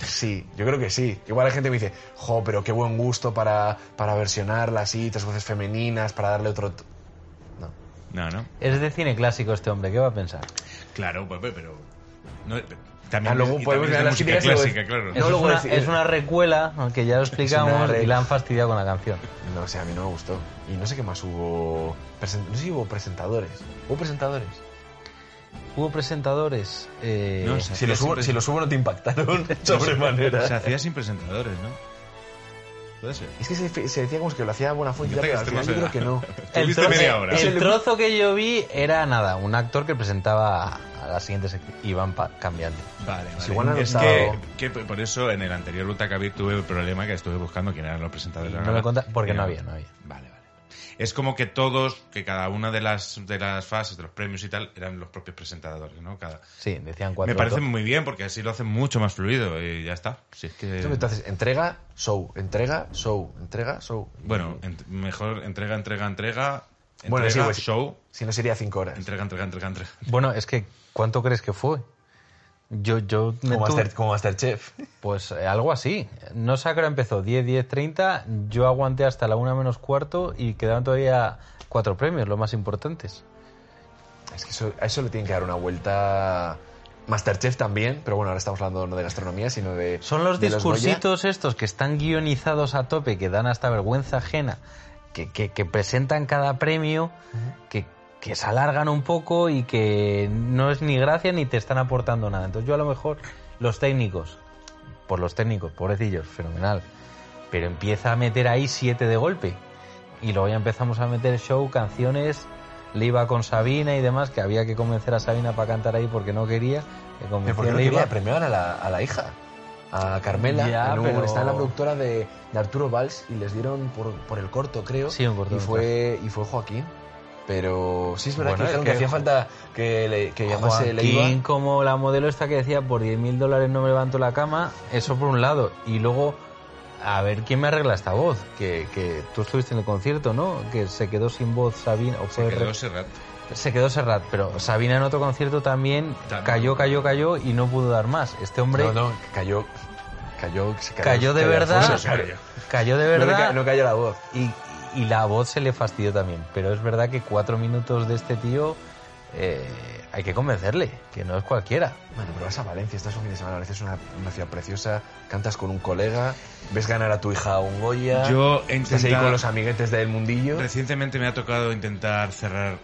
I: Sí, yo creo que sí. Igual hay gente que me dice, jo, pero qué buen gusto para, para versionarla así, tres voces femeninas, para darle otro... t-". No.
H: No, no.
K: Es de cine clásico este hombre, ¿qué va a pensar?
H: Claro, pues, pero. no- también
I: Ah, luego
H: y
I: podemos
H: también es de
I: ver
H: música
I: las críticas y luego-
H: clásica, claro.
I: No
K: Eso
I: lo
K: es,
I: voy a
K: una,
I: decir.
K: es una recuela, aunque ya lo explicamos,
I: re-
K: y la han fastidiado con la canción.
I: No, o sea, a mí no me gustó. Y no sé qué más hubo... presen- No sé si hubo presentadores. ¿Hubo presentadores?
K: Hubo presentadores. eh,
H: No sé.
I: Si los hubo,
H: siempre-
I: si los hubo no te impactaron de sobremanera.
H: Se hacía sin presentadores, ¿no? Puede ser.
I: es que se, se decía como que lo hacía buena fuente,
H: Yo te
I: pero al
H: gasté
I: final yo creo
H: más
I: que
H: edad.
I: no.
K: El,
H: Tuviste
K: trozo,
H: media hora.
K: el trozo que yo vi era nada, un actor que presentaba a la siguiente sección y van pa- cambiando.
H: Vale, vale.
I: Si igual han
H: es que,
I: notado-
H: que por eso en el anterior Lutacabir tuve el problema que estuve buscando quién eran los presentadores. de Pues la
K: No me
H: gala.
K: conta- porque
H: Y
K: no había, no había.
H: Vale, vale. Es como que todos, que cada una de las, de las fases, de los premios y tal, eran los propios presentadores, ¿no? Cada...
K: Sí, decían cuatro.
H: Me parece muy bien porque así lo hacen mucho más fluido y ya está. Si es que...
I: Entonces, entrega, show, entrega, show, entrega, show.
H: Bueno, ent- mejor entrega, entrega, entrega,
I: Bueno, sí,
H: entrega,
I: pues-
H: show,
I: Si no sería cinco horas.
H: entrega, entrega, entrega, entrega.
K: Bueno, es que, ¿cuánto crees que fue? Yo, yo me
I: Como,
K: tuve-
I: Master, como Masterchef.
K: Pues eh, algo así. No sé a qué hora empezó, 10, 10, 30. Yo aguanté hasta la 1 menos cuarto y quedaban todavía cuatro premios, los más importantes.
I: Es que eso- a eso le tienen que dar una vuelta Masterchef también, pero bueno, ahora estamos hablando no de gastronomía, sino de.
J: Son los
I: de Goya.
J: discursitos estos que están guionizados a tope, que dan hasta vergüenza ajena, que, que- que presentan cada premio, que, que se alargan un poco y que no es ni gracia ni te están aportando nada. Entonces yo a lo mejor los técnicos, por los técnicos, pobrecillos, fenomenal, pero empieza a meter ahí siete de golpe. Y luego ya empezamos a meter show, canciones, le iba con Sabina y demás, que había que convencer a Sabina para cantar ahí porque no quería. que
I: Pero
J: convenció
I: ¿por qué
J: a
I: no
J: Leiva.
I: quería premiar a la, a la hija? A Carmela,
J: Ya,
I: en un-
J: pero-
I: está en la productora de, de Arturo Valls y les dieron por, por el corto, creo.
J: Sí, un corto.
I: Y fue, y fue Joaquín. Pero sí es verdad
J: Bueno,
I: que dijeron que,
J: es que
I: hacía falta que, le, que llamase
J: Joaquín,
I: Leiva.
J: como la modelo esta que decía, por 10.000 dólares no me levanto la cama, eso por un lado. Y luego, a ver quién me arregla esta voz, que, que tú estuviste en el concierto, ¿no? Que se quedó sin voz Sabina. o
H: Se
J: fue
H: quedó
J: Re-
H: Serrat.
J: se quedó Serrat, pero Sabina en otro concierto también
H: También.
J: cayó, cayó, cayó y no pudo dar más. Este hombre
I: No, no, cayó. Cayó, se
J: Cayó de verdad.
I: Alfonso,
J: Ah,
I: se cayó.
J: cayó de
I: No, le ca-
J: verdad
I: no cayó la voz.
J: y, y la voz se le fastidió también. Pero es verdad que cuatro minutos de este tío eh, hay que convencerle, que no es cualquiera.
I: Bueno, pero vas a Valencia, estás un fin de semana, Valencia es una, una ciudad preciosa, cantas con un colega, ves ganar a tu hija un Goya,
H: Yo he
I: estás ahí
H: intentado-
I: con los amiguetes del mundillo.
H: Recientemente me ha tocado intentar cerrar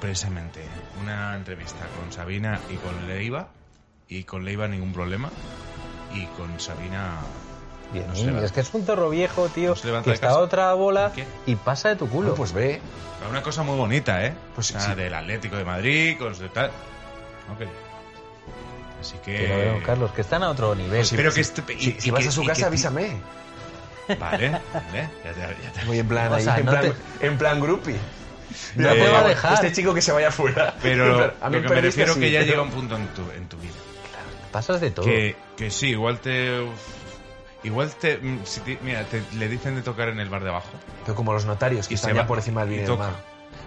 H: precisamente una entrevista con Sabina y con Leiva. Y con Leiva ningún problema. Y con Sabina.
J: Bien,
H: no se
J: niño,
H: levanta.
J: es que es un zorro viejo, tío,
H: Nos levanta
J: que
H: de
J: está
H: casa.
J: otra bola
H: ¿Qué? Ah,
J: y pasa de tu culo.
I: Bueno, pues ve,
H: Una cosa muy bonita, ¿eh?
I: Pues
H: O sea,
I: sí.
H: del Atlético de Madrid, con su tal. Ok. Así que.
J: Que lo veo, Carlos, que están a otro nivel.
H: Espero que este- y-
I: si,
H: y
I: si vas
H: que-
I: a su
H: y
I: casa
H: que-
I: avísame.
H: Vale, vale. Ya te, ya te-
I: Voy en plan,
J: O
I: ahí,
J: sea,
I: en,
J: no
I: plan
J: te-
I: en plan groupie.
J: No
I: Mira,
H: te
I: por
H: va a
I: favor,
J: dejar.
I: Este chico que se vaya fuera. En
H: Pero
I: plan, a mí
H: lo que
I: un
H: me
I: periodista
H: refiero
I: sí,
H: que ya
I: pero-
H: llega un punto en tu, en tu vida.
J: pasas
I: Oh.
J: de todo.
H: Que, que sí, igual te. Igual te, mm, si te- Mira, te, le dicen de tocar en el bar de abajo.
I: Pero como los notarios, que
H: Y se
I: están ya
H: va
I: por encima del
H: y
I: bien y del
H: toca.
I: mal.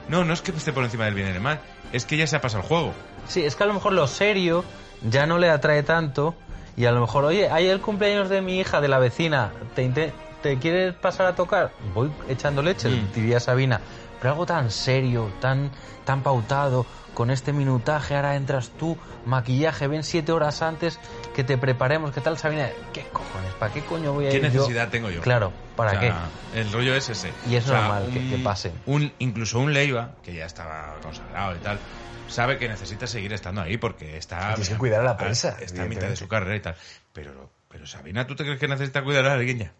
H: No, no es que esté por encima del bien y del mal. Es que ya se ha pasado el juego.
J: Sí, es que a lo mejor lo serio ya no le atrae tanto y a lo mejor, oye, hay el cumpleaños de mi hija, de la vecina, ¿te, inte- te quieres pasar a tocar? Voy echando leche,
H: Mm.
J: diría Sabina. Pero algo tan serio, tan, tan pautado, con este minutaje, ahora entras tú, maquillaje, ven siete horas antes que te preparemos, ¿qué tal Sabina? ¿Qué cojones? ¿Para qué coño voy a
H: ¿Qué
J: ir yo?
H: necesidad tengo yo?
J: Claro, ¿para
H: O sea, El rollo es ese.
J: Y es normal que- que pase.
H: Un, incluso un Leiva, que ya estaba consagrado y tal, sabe que necesita seguir estando ahí porque está.
I: Tienes que cuidar a la prensa,
H: Está a mitad de
I: evidentemente.
H: su carrera y tal. Pero, pero Sabina, ¿tú te crees que necesita cuidar a alguien ya?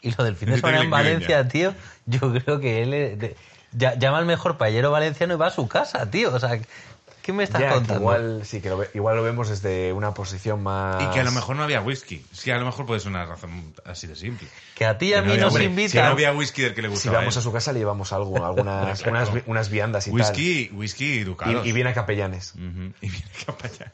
J: qué? Y lo del fin de
H: Yo tengo
J: semana en
H: la engaña.
J: Valencia, tío, yo creo que él eh, de- ya- llama al mejor paellero valenciano y va a su casa, tío. O sea, ¿qué me estás
I: Ya, que
J: contando?
I: igual, sí, que lo ve- igual lo vemos desde una posición más...
H: Y que a lo mejor no había whisky. Sí, a lo mejor puede ser una razón así de simple.
J: Que a ti y a
H: Que no
J: mí
H: había
J: nos
H: whisky. Si no
J: invitan.
H: había whisky del que le
I: Si
H: gustaba.
I: vamos
H: él.
I: a su casa le llevamos algo, algunas
H: ¿eh? Claro.
I: unas, vi- unas viandas y
H: Whisky, whisky y
I: tal.
H: ducados.
I: Y, y viene a capellanes.
H: Ujú, y viene acompañado.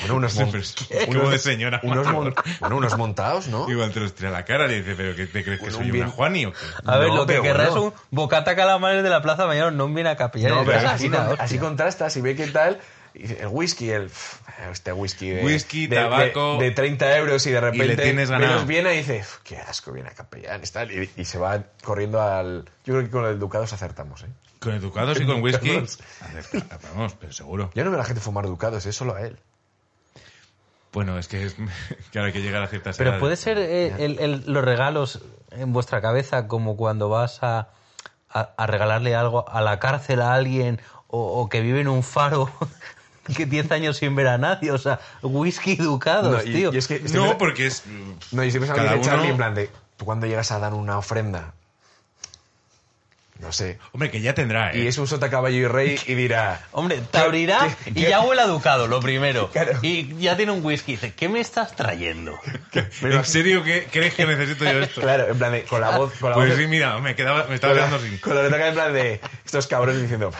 I: Bueno, unos, mon-
H: Siempre es como de señora.
I: unos,
H: por
I: mon-
H: favor.
I: bueno, unos montados, ¿no?
H: Igual te los tira a la cara y dice, pero ¿qué te crees que
I: Bueno,
H: soy
I: un Ah. bien-
H: una Juani o qué?
J: A ver,
I: No,
J: lo que
I: pero
J: querrás
I: bueno.
J: es un bocata calamares de la Plaza Mayor, no un bien a capillar.
I: No,
J: Es
I: pero
H: eh,
J: una
I: así,
J: puta
I: con-
J: hostia.
I: así contrasta, si ve qué tal, y el whisky, el pff, este whisky de,
H: Whisky,
I: de-
H: tabaco,
I: de, de 30 euros y de repente
H: le tienes
I: ve
H: ganado.
I: los viene y dice, "Uf, qué asco, viene a Capellanes, tal, y, y se va corriendo al... Yo creo que con el Ducados acertamos, ¿eh?
H: Con educados y con whisky.
I: Educados.
H: Acepta, vamos, pero seguro.
I: Yo no veo a la gente fumar Ducados, es solo a él.
H: Bueno, es que es que ahora hay que llegar a ciertas
J: Pero
H: edades.
J: puede ser eh, el- el- los regalos en vuestra cabeza como cuando vas a, a- a regalarle algo a la cárcel a alguien o, o que vive en un faro que 10 años sin ver a nadie. O sea, whisky ducados,
I: No, y-
J: tío.
I: y es que este estoy
H: No,
I: pensando-
H: porque es...
I: No, y estoy pensando
H: cada
I: en
H: uno-
I: Charlie en plan de, ¿tú cuándo llegas a dar una ofrenda? No sé.
H: Hombre, que ya tendrá, ¿eh?
I: Y es un sota caballo y rey y dirá...
J: Hombre,
I: ¿Qué-
J: te abrirá
I: qué-
J: y
I: qué-
J: ya huele a ducado, lo primero.
I: Claro.
J: Y ya tiene un whisky. Dice, ¿qué me estás trayendo?
I: Pero-
H: ¿En serio que crees que necesito yo esto?
I: Claro, en plan de, con la voz... Con la
H: Pues
I: voz
H: sí, mira, me, quedaba, me estaba
I: Con la-
H: quedando sin...
I: Con la letra que hay en plan de estos cabrones diciendo,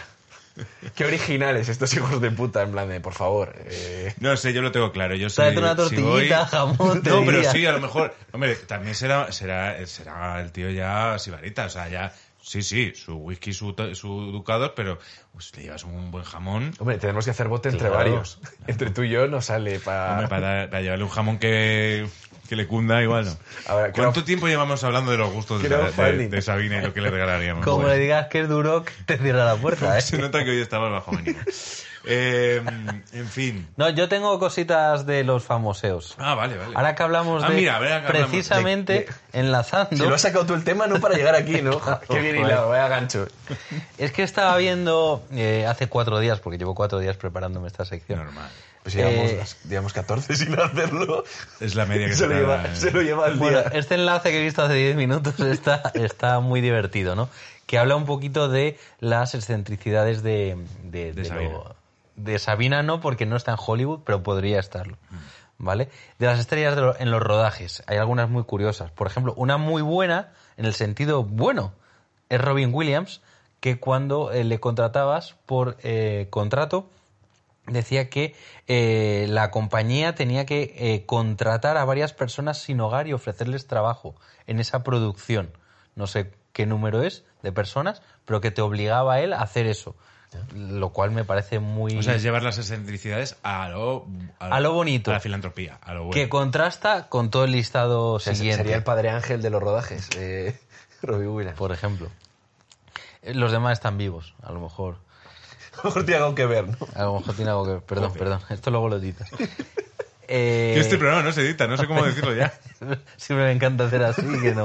I: qué originales estos hijos de puta, en plan de, por favor. eh,
H: No sé, yo lo tengo claro. Yo
J: Tráete
H: soy-
J: una
H: si
J: tortillita,
H: voy-
J: jamón, te
H: No,
J: diría.
H: pero sí, a lo mejor. Hombre, también será, será, será el tío ya sibarita, o sea, ya. Sí, sí, su whisky, su, to- su ducados, pero pues, le llevas un buen jamón.
I: hombre, tenemos que hacer bote entre
J: Claro.
I: varios. Entre tú y yo no sale
H: Hombre,
I: para...
H: para, para llevarle un jamón que, que le cunda, igual no.
I: Ahora, creo-
H: ¿Cuánto tiempo llevamos hablando de los gustos de,
I: Creo
H: de-
I: funny.
H: de Sabina y lo que le regalaríamos?
J: Como
H: Bueno.
J: le digas que es duro, que te cierra la puerta. ¿eh?
H: Se nota que hoy estabas bajo mínimo. Eh, en fin.
J: No, yo tengo cositas de los famoseos.
H: Ah, vale, vale.
J: Ahora que hablamos
H: Ah,
J: de.
H: mira, ahora que hablamos de-
J: precisamente enlazando.
I: Si lo has sacado tú el tema, no para llegar aquí, ¿no? Ja, Qué
H: eh.
I: bien hilado, vaya gancho.
J: Es que estaba viendo eh, hace cuatro días, porque llevo cuatro días preparándome esta sección.
H: Normal.
I: Pues llevamos,
J: Eh,
I: digamos 14 sin hacerlo.
H: Es la media que
I: se,
H: se
I: lo lleva,
H: tarda,
I: se
H: eh.
I: lo lleva el
J: Bueno,
I: día.
J: este enlace que he visto hace 10 minutos está, está muy divertido, ¿no? Que habla un poquito de las excentricidades de, de, de
H: Sabina.
J: de Sabina no, porque no está en Hollywood, pero podría estarlo. ¿Vale? De las estrellas de lo- en los rodajes. Hay algunas muy curiosas. Por ejemplo, una muy buena, en el sentido bueno, es Robin Williams, que cuando eh, le contratabas por eh, contrato, decía que eh, la compañía tenía que eh, contratar a varias personas sin hogar y ofrecerles trabajo en esa producción. No sé qué número es de personas, pero que te obligaba a él a hacer eso. Lo cual me parece muy...
H: O sea, es llevar las excentricidades a lo,
J: A lo bonito.
H: A la filantropía, a lo bueno.
J: que contrasta con todo el listado
I: Se-
J: siguiente.
I: Sería el padre ángel de los rodajes, eh, Robbie Williams.
J: Por ejemplo. Eh, Los demás están vivos, a lo mejor.
I: Mejor tiene algo que ver, ¿no?
J: A lo mejor tiene algo que ver. Perdón, perdón. Esto luego lo editas.
H: Que
J: Eh,
H: Este programa no se edita, no sé cómo decirlo ya.
J: Siempre me encanta hacer así que no,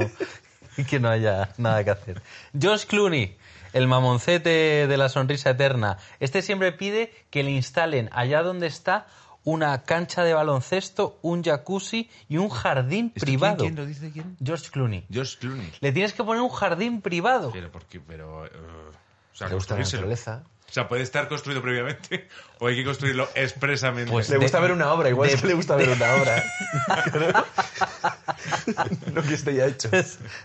J: que no haya nada que hacer. Josh Clooney, el mamoncete de la sonrisa eterna. Este siempre pide que le instalen allá donde está una cancha de baloncesto, un jacuzzi y un jardín privado.
H: ¿Quién, lo dice quién?
J: George Clooney.
H: Josh Clooney.
J: Le tienes que poner un jardín privado.
H: Pero, ¿por qué? Pero. eh, o sea,
I: Le gusta la
H: construírselo.
I: naturaleza.
H: O sea, puede estar construido previamente o hay que construirlo expresamente.
J: Pues
I: Le
J: de-
I: gusta ver una obra, igual
J: de-
I: es que le gusta ver una obra. no que esté ya hecho.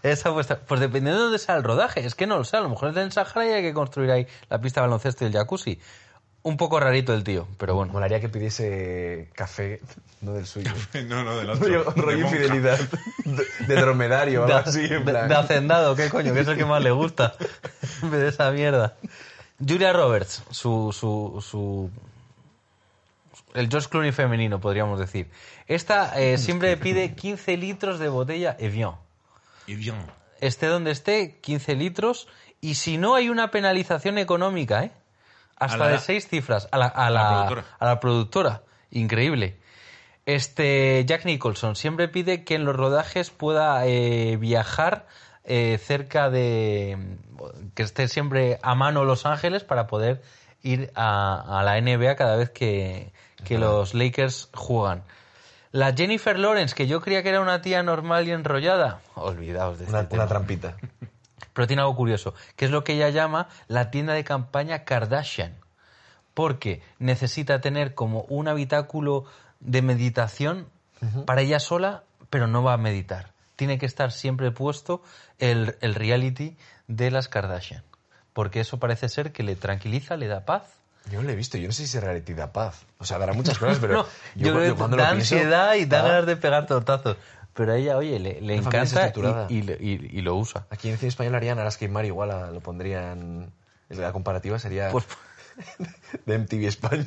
J: Esa vuestra- Pues dependiendo de dónde sea el rodaje, es que no lo sé, a lo mejor es en Sahara y hay que construir ahí la pista de baloncesto y el jacuzzi. Un poco rarito el tío, pero bueno.
I: Molaría que pidiese café, no del suyo.
H: No, no, del otro.
I: Rollo
H: de
I: rollo
H: monja.
I: infidelidad. De, de dromedario, o algo así, en
J: de,
I: plan.
J: de hacendado, qué coño, que es el que más le gusta. En vez de esa mierda. Julia Roberts, su, su, su. El George Clooney femenino, podríamos decir. Esta eh, siempre pide 15 litros de botella Evian.
H: Y bien.
J: Esté donde esté, 15 litros. Y si no, hay una penalización económica, ¿eh? Hasta
H: A la-
J: de seis cifras. A la, a la-
H: productora.
J: a la productora. Increíble. Este Jack Nicholson siempre pide que en los rodajes pueda eh, viajar eh, cerca de que esté siempre a mano Los Ángeles para poder ir a, a la NBA cada vez que, que los Lakers juegan. La Jennifer Lawrence, que yo creía que era una tía normal y enrollada, olvidaos de este
I: Una,
J: tema.
I: una trampita.
J: Pero tiene algo curioso, que es lo que ella llama la tienda de campaña Kardashian. Porque necesita tener como un habitáculo de meditación para ella sola, pero no va a meditar. Tiene que estar siempre puesto el, el reality de las Kardashian. Porque eso parece ser que le tranquiliza, le da paz.
I: Yo no lo he visto, yo no sé si se reality da paz. O sea, dará muchas cosas, pero
J: No, yo, creo que
I: cuando
J: da
I: lo pienso,
J: ansiedad y da
I: ah,
J: ganas de pegar tortazos. Pero a ella, oye, le, le
I: Una familia
J: encanta
I: desestructurada.
J: y- y lo- y- y lo usa.
I: Aquí en cine español harían a las que Mar igual a- lo pondrían. La comparativa sería
J: Pues-
I: de MTV España.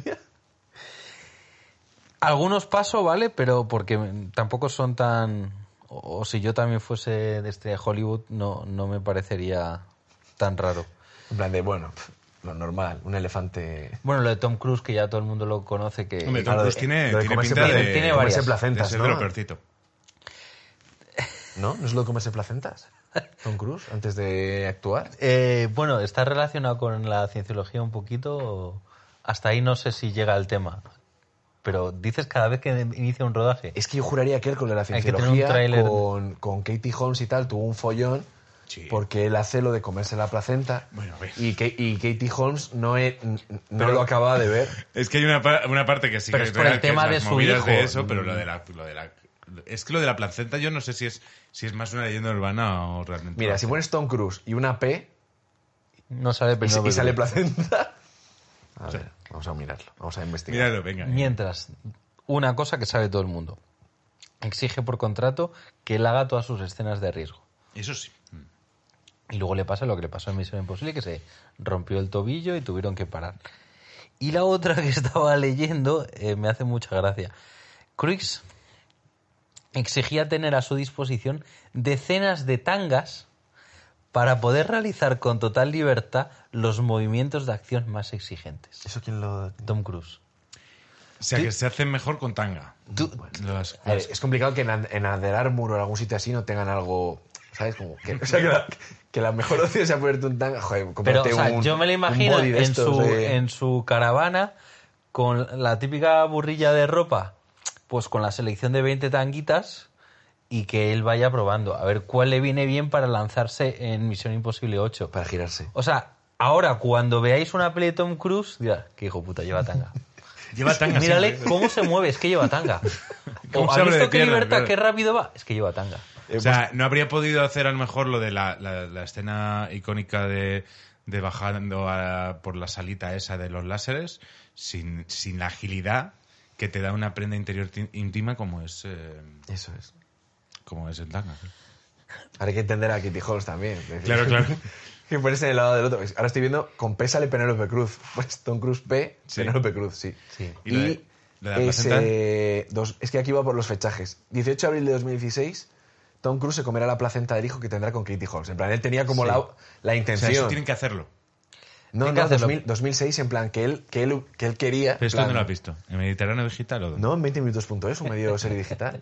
J: Algunos paso, ¿vale? Pero porque tampoco son tan... O, o si yo también fuese de este Hollywood, no, no me parecería tan raro.
I: En plan de, bueno, pf, lo normal, un elefante.
J: Bueno, lo de Tom Cruise, que ya todo el mundo Eh, lo conoce, que...
H: Hombre, Tom
I: claro,
H: Cruise
I: de-
H: tiene,
I: lo de
H: tiene
I: comerse
H: pinta
J: placentas,
H: de.
J: tiene varias.
H: de ser
I: placentas,
H: de
I: ¿no?
H: lo peorcito.
I: ¿No? ¿No es lo de comerse placentas? Tom Cruise, antes de actuar.
J: Eh, bueno, está relacionado con la cienciología un poquito. Hasta ahí no sé si llega el tema. Pero dices cada vez que inicia un rodaje.
I: Es que yo juraría que él con la
J: que tener un
I: cienciología,
J: tráiler.
I: con, con Katie Holmes y tal, tuvo un follón
H: Sí.
I: porque él hace lo de comerse la placenta
H: Bueno, a ver.
I: y, que, y Katie Holmes no, he- n- n- no lo acababa de ver.
H: Es que hay una, pa- una parte que sí
J: Pero
H: que
J: es por el
H: real, que
J: tema
H: las
J: de su
H: movidas de
J: hijo.
H: eso, pero lo de la. Lo de la es que lo de la placenta yo no sé si es si es más una leyenda urbana o realmente.
I: Mira, si pones Tom Cruise y una P
J: No sale
I: y,
J: primero.
I: y sale placenta... A ver, vamos a mirarlo, vamos a investigar.
H: Míralo, venga.
J: Mientras, una cosa que sabe todo el mundo. Exige por contrato que él haga todas sus escenas de riesgo.
H: eh. Eso sí.
J: Y luego le pasa lo que le pasó en Misión Imposible, que se rompió el tobillo y tuvieron que parar. Y la otra que estaba leyendo eh, me hace mucha gracia. Cruz exigía tener a su disposición decenas de tangas para poder realizar con total libertad los movimientos de acción más exigentes.
I: ¿Eso quién lo...?
J: Tom Cruise.
H: O sea, que se hacen mejor con tanga.
J: Tú-
H: Las-
I: A ver, es complicado que en, An- en Muro o en algún sitio así no tengan algo, ¿sabes? Como que, o sea, que, la, que la mejor opción sea ponerte un tanga. Joder,
J: Pero o
I: comprarte
J: sea,
I: un-
J: yo me lo
I: un
J: imagino
I: body de
J: en,
I: estos,
J: su,
I: eh.
J: en su caravana con la típica burrilla de ropa, pues con la selección de 20 tanguitas y que él vaya probando a ver cuál le viene bien para lanzarse en Misión Imposible 8.
I: Para girarse.
J: O sea, ahora cuando veáis una peli de Tom Cruise, dirá, qué hijo puta, lleva tanga.
H: Lleva tanga.
J: Mírale
H: siempre.
J: cómo se mueve, es que lleva tanga.
H: Cómo
J: O,
H: se
J: ¿Has
H: abre de
J: visto qué
H: piernas,
J: libertad,
H: claro.
J: qué rápido va? Es que lleva tanga.
H: O sea, no habría podido hacer a lo mejor lo de la, la- la escena icónica de, de bajando a- por la salita esa de los láseres sin, sin la agilidad que te da una prenda interior ti- íntima como es, eh,
I: Eso es.
H: como es el tanga. ¿eh?
I: Ahora hay que entender a Kitty Holmes también. Es decir,
H: Claro, claro.
I: Que ponerse en el lado del otro. Ahora estoy viendo con P sale Penélope Cruz. Pues Tom Cruise P,
H: Sí.
I: Penélope Cruz, sí.
J: Sí.
H: ¿Y lo de- lo de la
I: es,
H: placenta?
I: eh, dos- es que aquí va por los fechajes. 18 de abril de 2016, Tom Cruise se comerá la placenta del hijo que tendrá con Kitty Holmes. En plan, él tenía como la, la
H: O
I: intención.
H: sea, eso tienen que hacerlo.
I: No,
J: Tiene que
I: no,
J: hacerlo.
I: 2000 2006, en plan, que él, que él, que él quería.
H: Pero esto
I: plan,
H: no lo has visto. ¿En Mediterráneo Digital o dónde?
I: No, en 20minutos.es, un medio serie digital.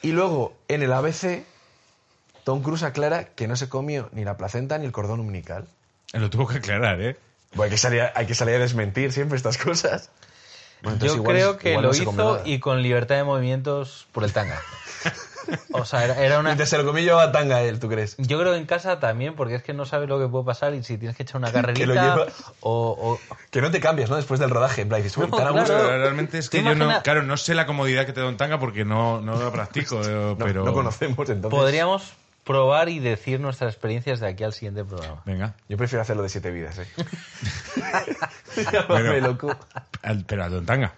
I: Y luego, en el ABC, Tom Cruise aclara que no se comió ni la placenta ni el cordón umbilical.
H: Lo tuvo que aclarar, ¿eh?
I: Bueno, hay que salir, a- hay que salir a desmentir siempre estas cosas. Bueno, entonces
J: Yo
I: igual-
J: creo que
I: igual
J: lo
I: no se comió
J: hizo
I: nada.
J: y con libertad de movimientos por el tanga. o sea, era, era una...
I: Mientras se lo comí yo a tanga él, ¿tú crees?
J: Yo creo que en casa también, porque es que no sabes lo que puede pasar y si tienes que echar una
I: lo
J: carrerita
I: lleva-
J: o... o-
I: Que no te cambias, ¿no? Después del rodaje. En plan, dices, "Uy,
J: No,
I: tan a
J: claro.
I: gusto".
H: Pero realmente es
J: ¿Te
H: que yo no,
J: imaginas?
H: claro, no sé la comodidad que te da un tanga porque no, no lo practico, eh,
I: No,
H: pero
I: no conocemos, entonces.
J: Podríamos probar y decir nuestras experiencias de aquí al siguiente programa.
H: Venga.
I: Yo prefiero hacerlo de siete vidas, ¿eh?
H: Bueno,
I: Llámame loco.
H: al- pero al don tanga.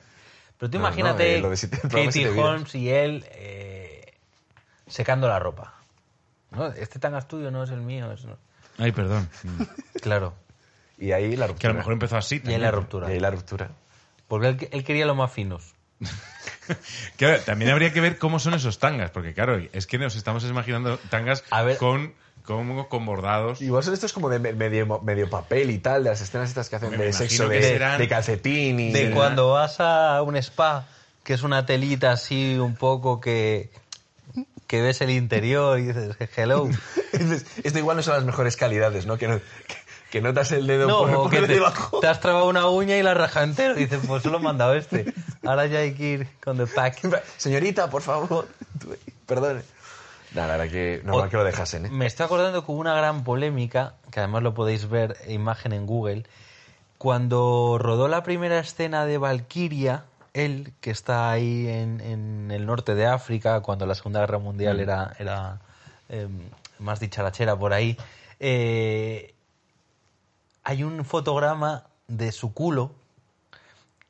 J: Pero tú
I: No, no,
J: imagínate
I: eh, lo de siete- el programa
J: Katie
I: siete vidas.
J: Holmes y él eh, secando la ropa. No, este tanga es tuyo, no es el mío. es- no.
H: Ay, perdón. Mm.
J: Claro,
I: Y ahí la
H: Que a
I: ruptura.
H: lo mejor empezó así.
J: y ahí
H: también.
J: la ruptura.
I: Y ahí la ruptura.
J: Porque él, él quería lo más finos.
H: Que, a ver, también habría que ver cómo son esos tangas, porque claro, es que nos estamos imaginando tangas
J: A ver.
H: con, con, con bordados.
I: Igual son estos como de me- medio, medio papel y tal, de las escenas estas que hacen
H: Me
I: de
H: imagino
I: sexo,
H: que
I: de,
H: serán-
I: de calcetín y...
J: De cuando vas a un spa, que es una telita así un poco que, que ves el interior y dices, hello.
I: Dices, Esto igual no son las mejores calidades, ¿no? Que, no- que, que notas el dedo
J: No,
I: por,
J: o
I: por
J: que te,
I: debajo.
J: te has trabado una uña y la raja entero. Y dices, pues solo he mandado este. Ahora ya hay que ir con The Pack.
I: Señorita, por favor. Tú- Perdone. Nada, la verdad que normal
J: O- Mm.
I: que lo dejasen, ¿eh?
J: Me estoy acordando que hubo una gran polémica, que además lo podéis ver en imagen en Google, cuando rodó la primera escena de Valkyria, él que está ahí en, en el norte de África, cuando la Segunda Guerra Mundial era, era eh, más dicharachera por ahí, eh, hay un fotograma de su culo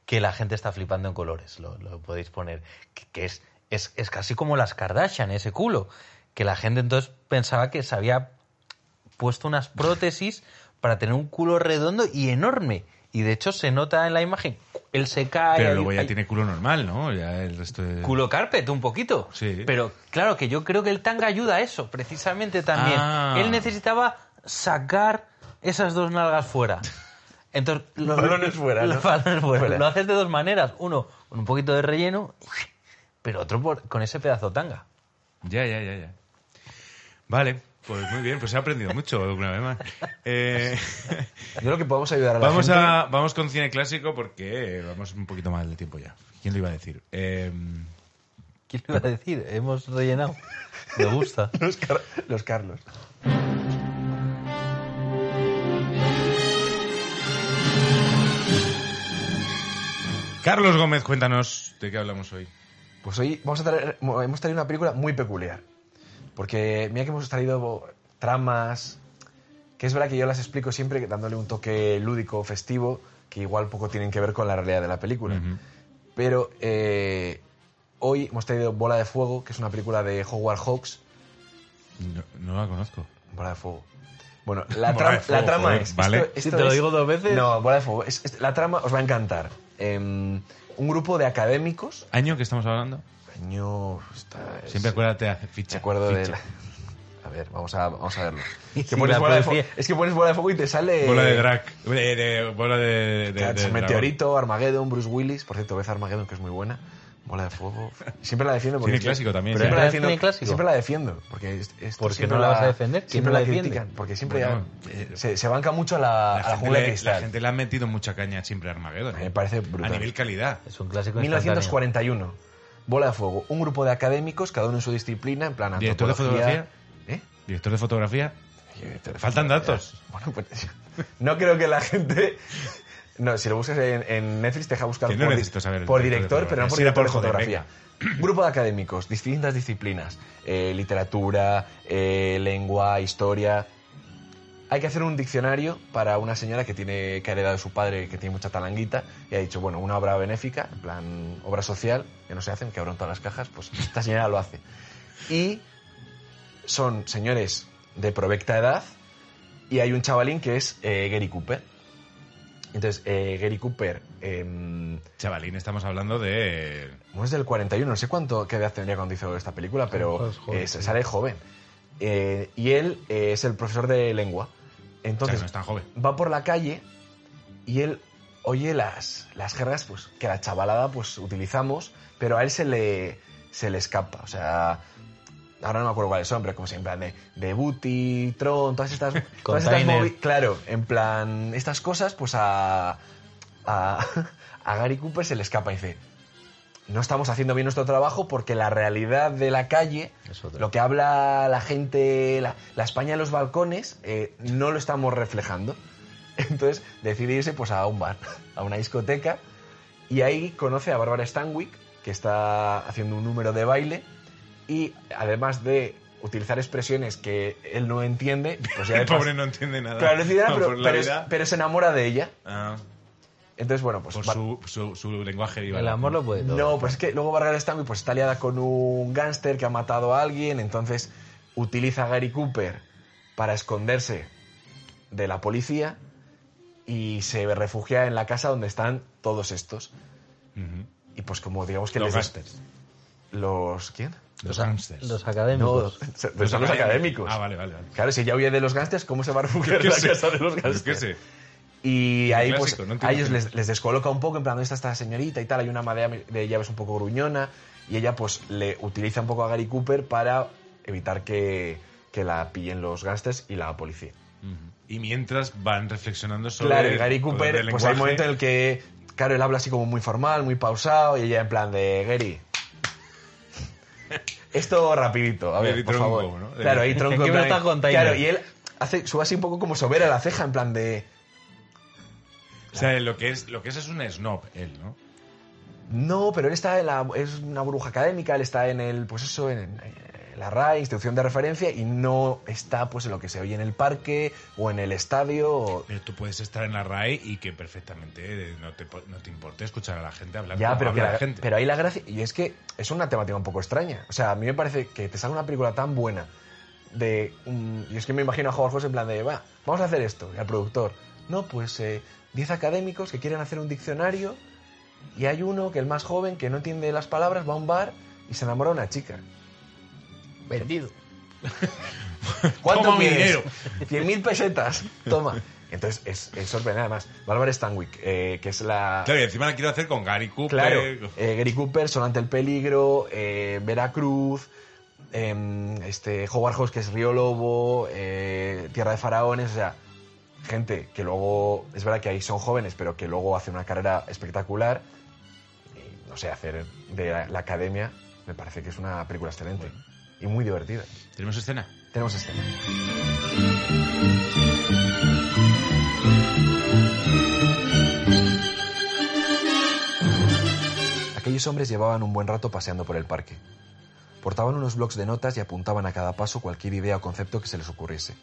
J: que la gente está flipando en colores, lo, lo podéis poner, que, que es, es, es casi como las Kardashian, ese culo, que la gente entonces pensaba que se había puesto unas prótesis para tener un culo redondo y enorme, y de hecho se nota en la imagen, él se cae,
H: pero
J: hay-
H: luego ya
J: hay
H: tiene culo normal, ¿no? Ya el resto de...
J: culo carpet un poquito,
H: Sí.
J: pero claro que yo creo que el tanga ayuda a eso, precisamente también,
H: Ah.
J: él necesitaba sacar esas dos nalgas fuera. Entonces, los
I: Balones fuera, ¿no?
J: los balones fuera.
I: Fuera.
J: Lo haces de dos maneras. Uno, con un poquito de relleno, pero otro por- con ese pedazo de tanga.
H: Ya, ya, ya, ya. Vale, pues muy bien, pues he aprendido mucho alguna vez más. Eh,
I: Yo lo que podemos ayudar a la
H: vamos,
I: gente...
H: a, vamos con cine clásico porque eh, vamos un poquito más de tiempo ya. ¿Quién lo iba a decir? Eh,
J: ¿Quién lo iba a decir? Hemos rellenado. Me gusta.
I: Los, Car- los Carlos.
H: Carlos Gómez, cuéntanos de qué hablamos hoy.
I: Pues hoy vamos a traer, mo- hemos traído una película muy peculiar. Porque mira que hemos traído bo- tramas, que es verdad que yo las explico siempre que dándole un toque lúdico, festivo, que igual poco tienen que ver con la realidad de la película. Pero eh, hoy hemos traído Bola de Fuego, que es una película de Howard Hawks.
H: No, no la conozco.
I: Bola de Fuego. Bueno, la,
H: Bola de
I: tra-
H: Fuego,
I: la trama
H: joder,
I: es...
H: vale.
I: esto-
J: Si
I: esto
J: te lo
I: es-
J: digo dos veces.
I: No, Bola de Fuego. es- es- la trama os va a encantar. Em, un grupo de académicos...
H: ¿Año que estamos hablando?
I: Año... está-
H: Siempre acuérdate, hace ficha.
I: Me acuerdo de
H: ficha.
I: la- A ver, vamos a, vamos a verlo.
J: Y si
I: Que pones
J: la
I: bola de
J: policía-
I: fuego- es que pones bola de fuego y te sale...
H: Bola de drag. De, de- bola de. de-
I: Cats,
H: de dragón.
I: Meteorito, Armageddon, Bruce Willis. Por cierto, vez Armageddon, que es muy buena. Bola de fuego. Siempre la defiendo. porque
H: Cine clásico también, ¿eh? sí.
I: Siempre la
J: ¿Es
I: defiendo.
J: cine clásico?
I: Siempre la defiendo. Porque es- es-
J: ¿Por qué
I: siempre
J: no la vas a defender? ¿Quién
I: Siempre
J: no
I: la
J: la defiende?
I: critican. Porque siempre
H: Bueno,
I: eh,
H: eh,
I: se, se banca mucho a la, a
H: La,
I: la
H: gente
I: jungla de
H: le, la
I: cristal.
H: gente le ha metido mucha caña siempre a Armageddon.
I: Me
H: ¿eh?
I: parece brutal.
H: A nivel calidad.
J: Es un clásico
I: 1941. Bola de fuego. Un grupo de académicos, cada uno en su disciplina, en plan
H: ¿Director de
I: antropología.
H: Director de fotografía.
I: ¿Eh?
H: Faltan datos.
I: Bueno, pues no creo que la gente. No, si lo buscas en, en Netflix te deja buscar
H: Que no
I: por, di-
H: necesito saber el
I: por
H: director de
I: director, pero no por
H: fotografía.
I: director de
H: Si era por
I: fotografía. Grupo de académicos, distintas disciplinas, eh, literatura, eh, lengua, historia. Hay que hacer un diccionario para una señora que tiene que ha heredado de su padre, que tiene mucha talanguita, y ha dicho, bueno, una obra benéfica, en plan obra social, que no se hacen, que abren todas las cajas, pues esta señora lo hace. Y son señores de provecta edad, y hay un chavalín que es eh, Gary Cooper. Entonces, eh, Gary Cooper, eh, no
H: Chavalín, estamos hablando de.
I: es del 41, no sé cuánto qué edad tendría cuando hizo esta película, pero
J: Joder, joder,
I: eh, se
J: sí.
I: sale joven. Eh, y él eh, es el profesor de lengua.
H: O sea,
I: Entonces,
H: no es tan joven.
I: va por la calle y él oye las, las jergas pues, que la chavalada pues, utilizamos, pero a él se le, se le escapa. O sea, ahora no me acuerdo cuáles son, pero como si en plan de, de booty, tron, todas estas... todas estas
J: Container.
I: movi- claro, en plan, estas cosas pues a, a, a Gary Cooper se le escapa y dice... No estamos haciendo bien nuestro trabajo porque la realidad de la calle,
K: Es otra.
I: lo que habla la gente, la, la España en los balcones, eh, no lo estamos reflejando. Entonces decide irse pues, a un bar, a una discoteca, y ahí conoce a Bárbara Stanwyck, que está haciendo un número de baile, y además de utilizar expresiones que él no entiende, pues ya de
H: El pobre
I: pas-
H: no entiende nada.
I: Claro, no entiende nada,
H: No,
I: pero,
H: por la
I: pero es-
H: vida.
I: pero se enamora de ella.
H: Ah,
I: Entonces, bueno, pues
H: por
I: va-
H: su, su, su lenguaje viva.
J: El amor lo puede todo.
I: No, pues es que luego Bárbara Stanwyck pues está liada con un gángster que ha matado a alguien, entonces utiliza a Gary Cooper para esconderse de la policía y se refugia en la casa donde están todos estos.
H: Ujú.
I: Y pues como digamos que
H: Los
I: les...
H: gángsters.
I: Los... ¿Quién?
H: Los gángsters.
J: Los
I: No,
J: académicos.
I: se- pero son los académicos.
H: Ah, vale, vale. vale.
I: Claro, si ya huye de los gángsters, ¿cómo se va a refugiar en la
H: sé?
I: casa de los
H: Yo
I: gángsters?
H: qué sé.
I: Y
H: Un
I: ahí
H: clásico,
I: pues
H: no
I: a
H: entiendo
I: ellos
H: que no.
I: les, les descoloca un poco, en plan, ¿dónde está esta señorita y tal? Hay una ama de, de llaves un poco gruñona y ella pues le utiliza un poco a Gary Cooper para evitar que, que la pillen los gángsters y la policía.
H: Y mientras van reflexionando sobre.
I: Claro, y Gary
H: el poder
I: Cooper,
H: del
I: pues hay un
H: lenguaje.
I: momento en el que, claro, él habla así como muy formal, muy pausado y ella en plan de, Gary... Esto rapidito, a ver,
H: Gary
I: por
H: tronco,
I: favor.
H: ¿no?
I: Claro, ahí tronco. en
J: ¿Qué me
I: plan de-
J: estás contando?
I: claro, y él hace, sube así un poco como sobera la ceja, en plan de...
H: O sea, lo que, es, lo que es es un snob, él, ¿no?
I: No, pero él está en la, es una bruja académica, él está en el, pues eso, en, en la RAE, institución de referencia, y no está pues en lo que se oye en el parque o en el estadio. o-
H: Pero tú puedes estar en la RAE y que perfectamente eh, no te, po- no te importe escuchar a la gente hablar
I: Ya,
H: como
I: pero, que
H: habla
I: la-
H: la gente.
I: pero ahí la gracia. Y es que es una temática un poco extraña. O sea, a mí me parece que te salga una película tan buena de. un- y es que me imagino a Howard Hawks en plan de, va, vamos a hacer esto. Y al productor, no, pues eh, 10 académicos que quieren hacer un diccionario y hay uno que el más joven que no entiende las palabras va a un bar y se enamora de una chica.
K: Vendido.
I: ¿Cuánto
H: Toma mi
I: quieres?
H: dinero.
I: 100.000 pesetas. Toma. Entonces, es, es sorprendente. Además, Bárbara Stanwyck, eh, que es la...
H: Claro, y encima la quiero hacer con Gary Cooper.
I: Claro, eh, Gary Cooper, Son ante el peligro, eh, Veracruz, em, este, Howard Hawks, que es Río Lobo, eh, Tierra de Faraones, o sea, gente que luego, es verdad que ahí son jóvenes, pero que luego hacen una carrera espectacular. Y, no sé, hacer de la, la academia me parece que es una película excelente y muy divertida.
H: Tenemos escena.
I: Tenemos este. escena. Aquellos hombres llevaban un buen rato paseando por el parque. Portaban unos blocs de notas y apuntaban a cada paso cualquier idea o concepto que se les ocurriese.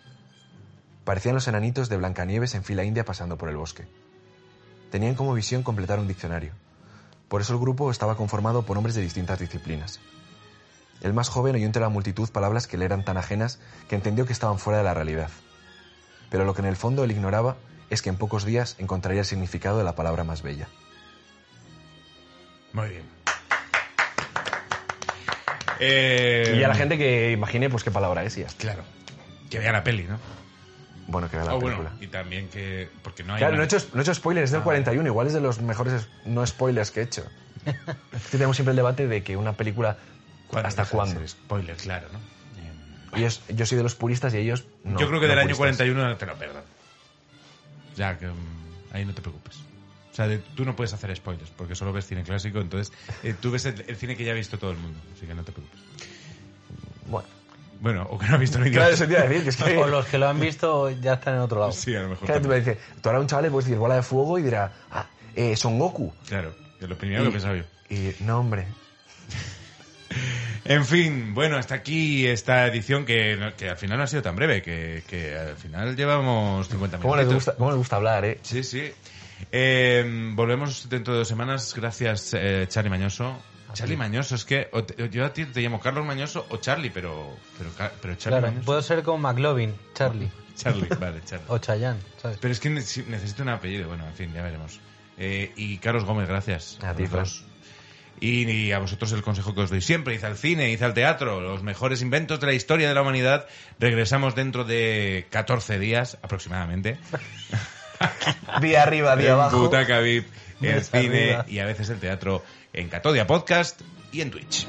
I: Parecían los enanitos de Blancanieves en fila india pasando por el bosque. Tenían como visión completar un diccionario. Por eso el grupo estaba conformado por hombres de distintas disciplinas. El más joven oyó entre la multitud palabras que le eran tan ajenas que entendió que estaban fuera de la realidad. Pero lo que en el fondo él ignoraba es que en pocos días encontraría el significado de la palabra más bella.
H: Muy bien. Eh,
I: Eh, que imagine pues qué palabra es y ya está.
H: Claro. Que vea la peli, ¿no?
I: Bueno, que vea la
H: Oh, Ah, bueno,
I: película.
H: y también que... Porque no hay... Ah.
I: Claro,
H: una-
I: no he, hecho, no he hecho spoilers, es del 41, igual es de los mejores es- no spoilers que he hecho. Es que tenemos siempre el debate de que una película,
H: ¿Cuándo
I: ¿hasta
H: deja de
I: cuándo?
H: ser Spoiler, claro, ¿no? Eh,
I: Y es- yo soy de los puristas y ellos no.
H: Yo creo que
I: no
H: del año
I: puristas.
H: 41 no te lo perdono. Ya, que mm, ahí no te preocupes. O sea, de- tú no puedes hacer spoilers porque solo ves cine clásico, entonces eh, tú ves el, el cine que ya ha visto todo el mundo, así que no te preocupes.
I: Bueno,
H: Bueno, o que no ha visto ni
I: claro,
H: Dios.
I: eso te iba a decir, que es que...
J: O los que lo han visto ya están en otro lado.
H: Sí, a lo mejor.
I: Claro, tú, me
H: también.
I: dices, tú ahora a un chaval le puedes decir bola de fuego y dirá, ah, eh, Son Goku.
H: Claro, que es lo primero que pensaba yo.
I: Y no, hombre.
H: En fin, bueno, hasta aquí esta edición que, no- que al final no ha sido tan breve, que, que al final llevamos 50 minutos.
I: ¿Cómo les gusta, cómo les gusta hablar, eh?
H: Sí, sí. Eh, volvemos dentro de dos semanas. Gracias, eh, Charlie Mañoso. Charlie Mañoso, es que o te- yo a ti te llamo Carlos Mañoso o Charlie, pero, pero, Ca- pero Charlie
J: Claro,
H: Mañoso.
J: puedo ser como McLovin, Charlie
H: Charlie, vale, Charlie.
J: o Chayanne, ¿sabes?
H: Pero es que ne- si- necesito un apellido. Bueno, en fin, ya veremos. Eh, y Carlos Gómez, gracias.
I: A ti,
H: los dos. Y, y a vosotros el consejo que os doy siempre. Id al cine, id al teatro. Los mejores inventos de la historia de la humanidad. Regresamos dentro de 14 días aproximadamente.
I: Día arriba, día
H: en
I: abajo.
H: Butaca VIP, el
I: Mesa
H: cine
I: arriba.
H: y a veces el teatro en Catodia Podcast y en Twitch.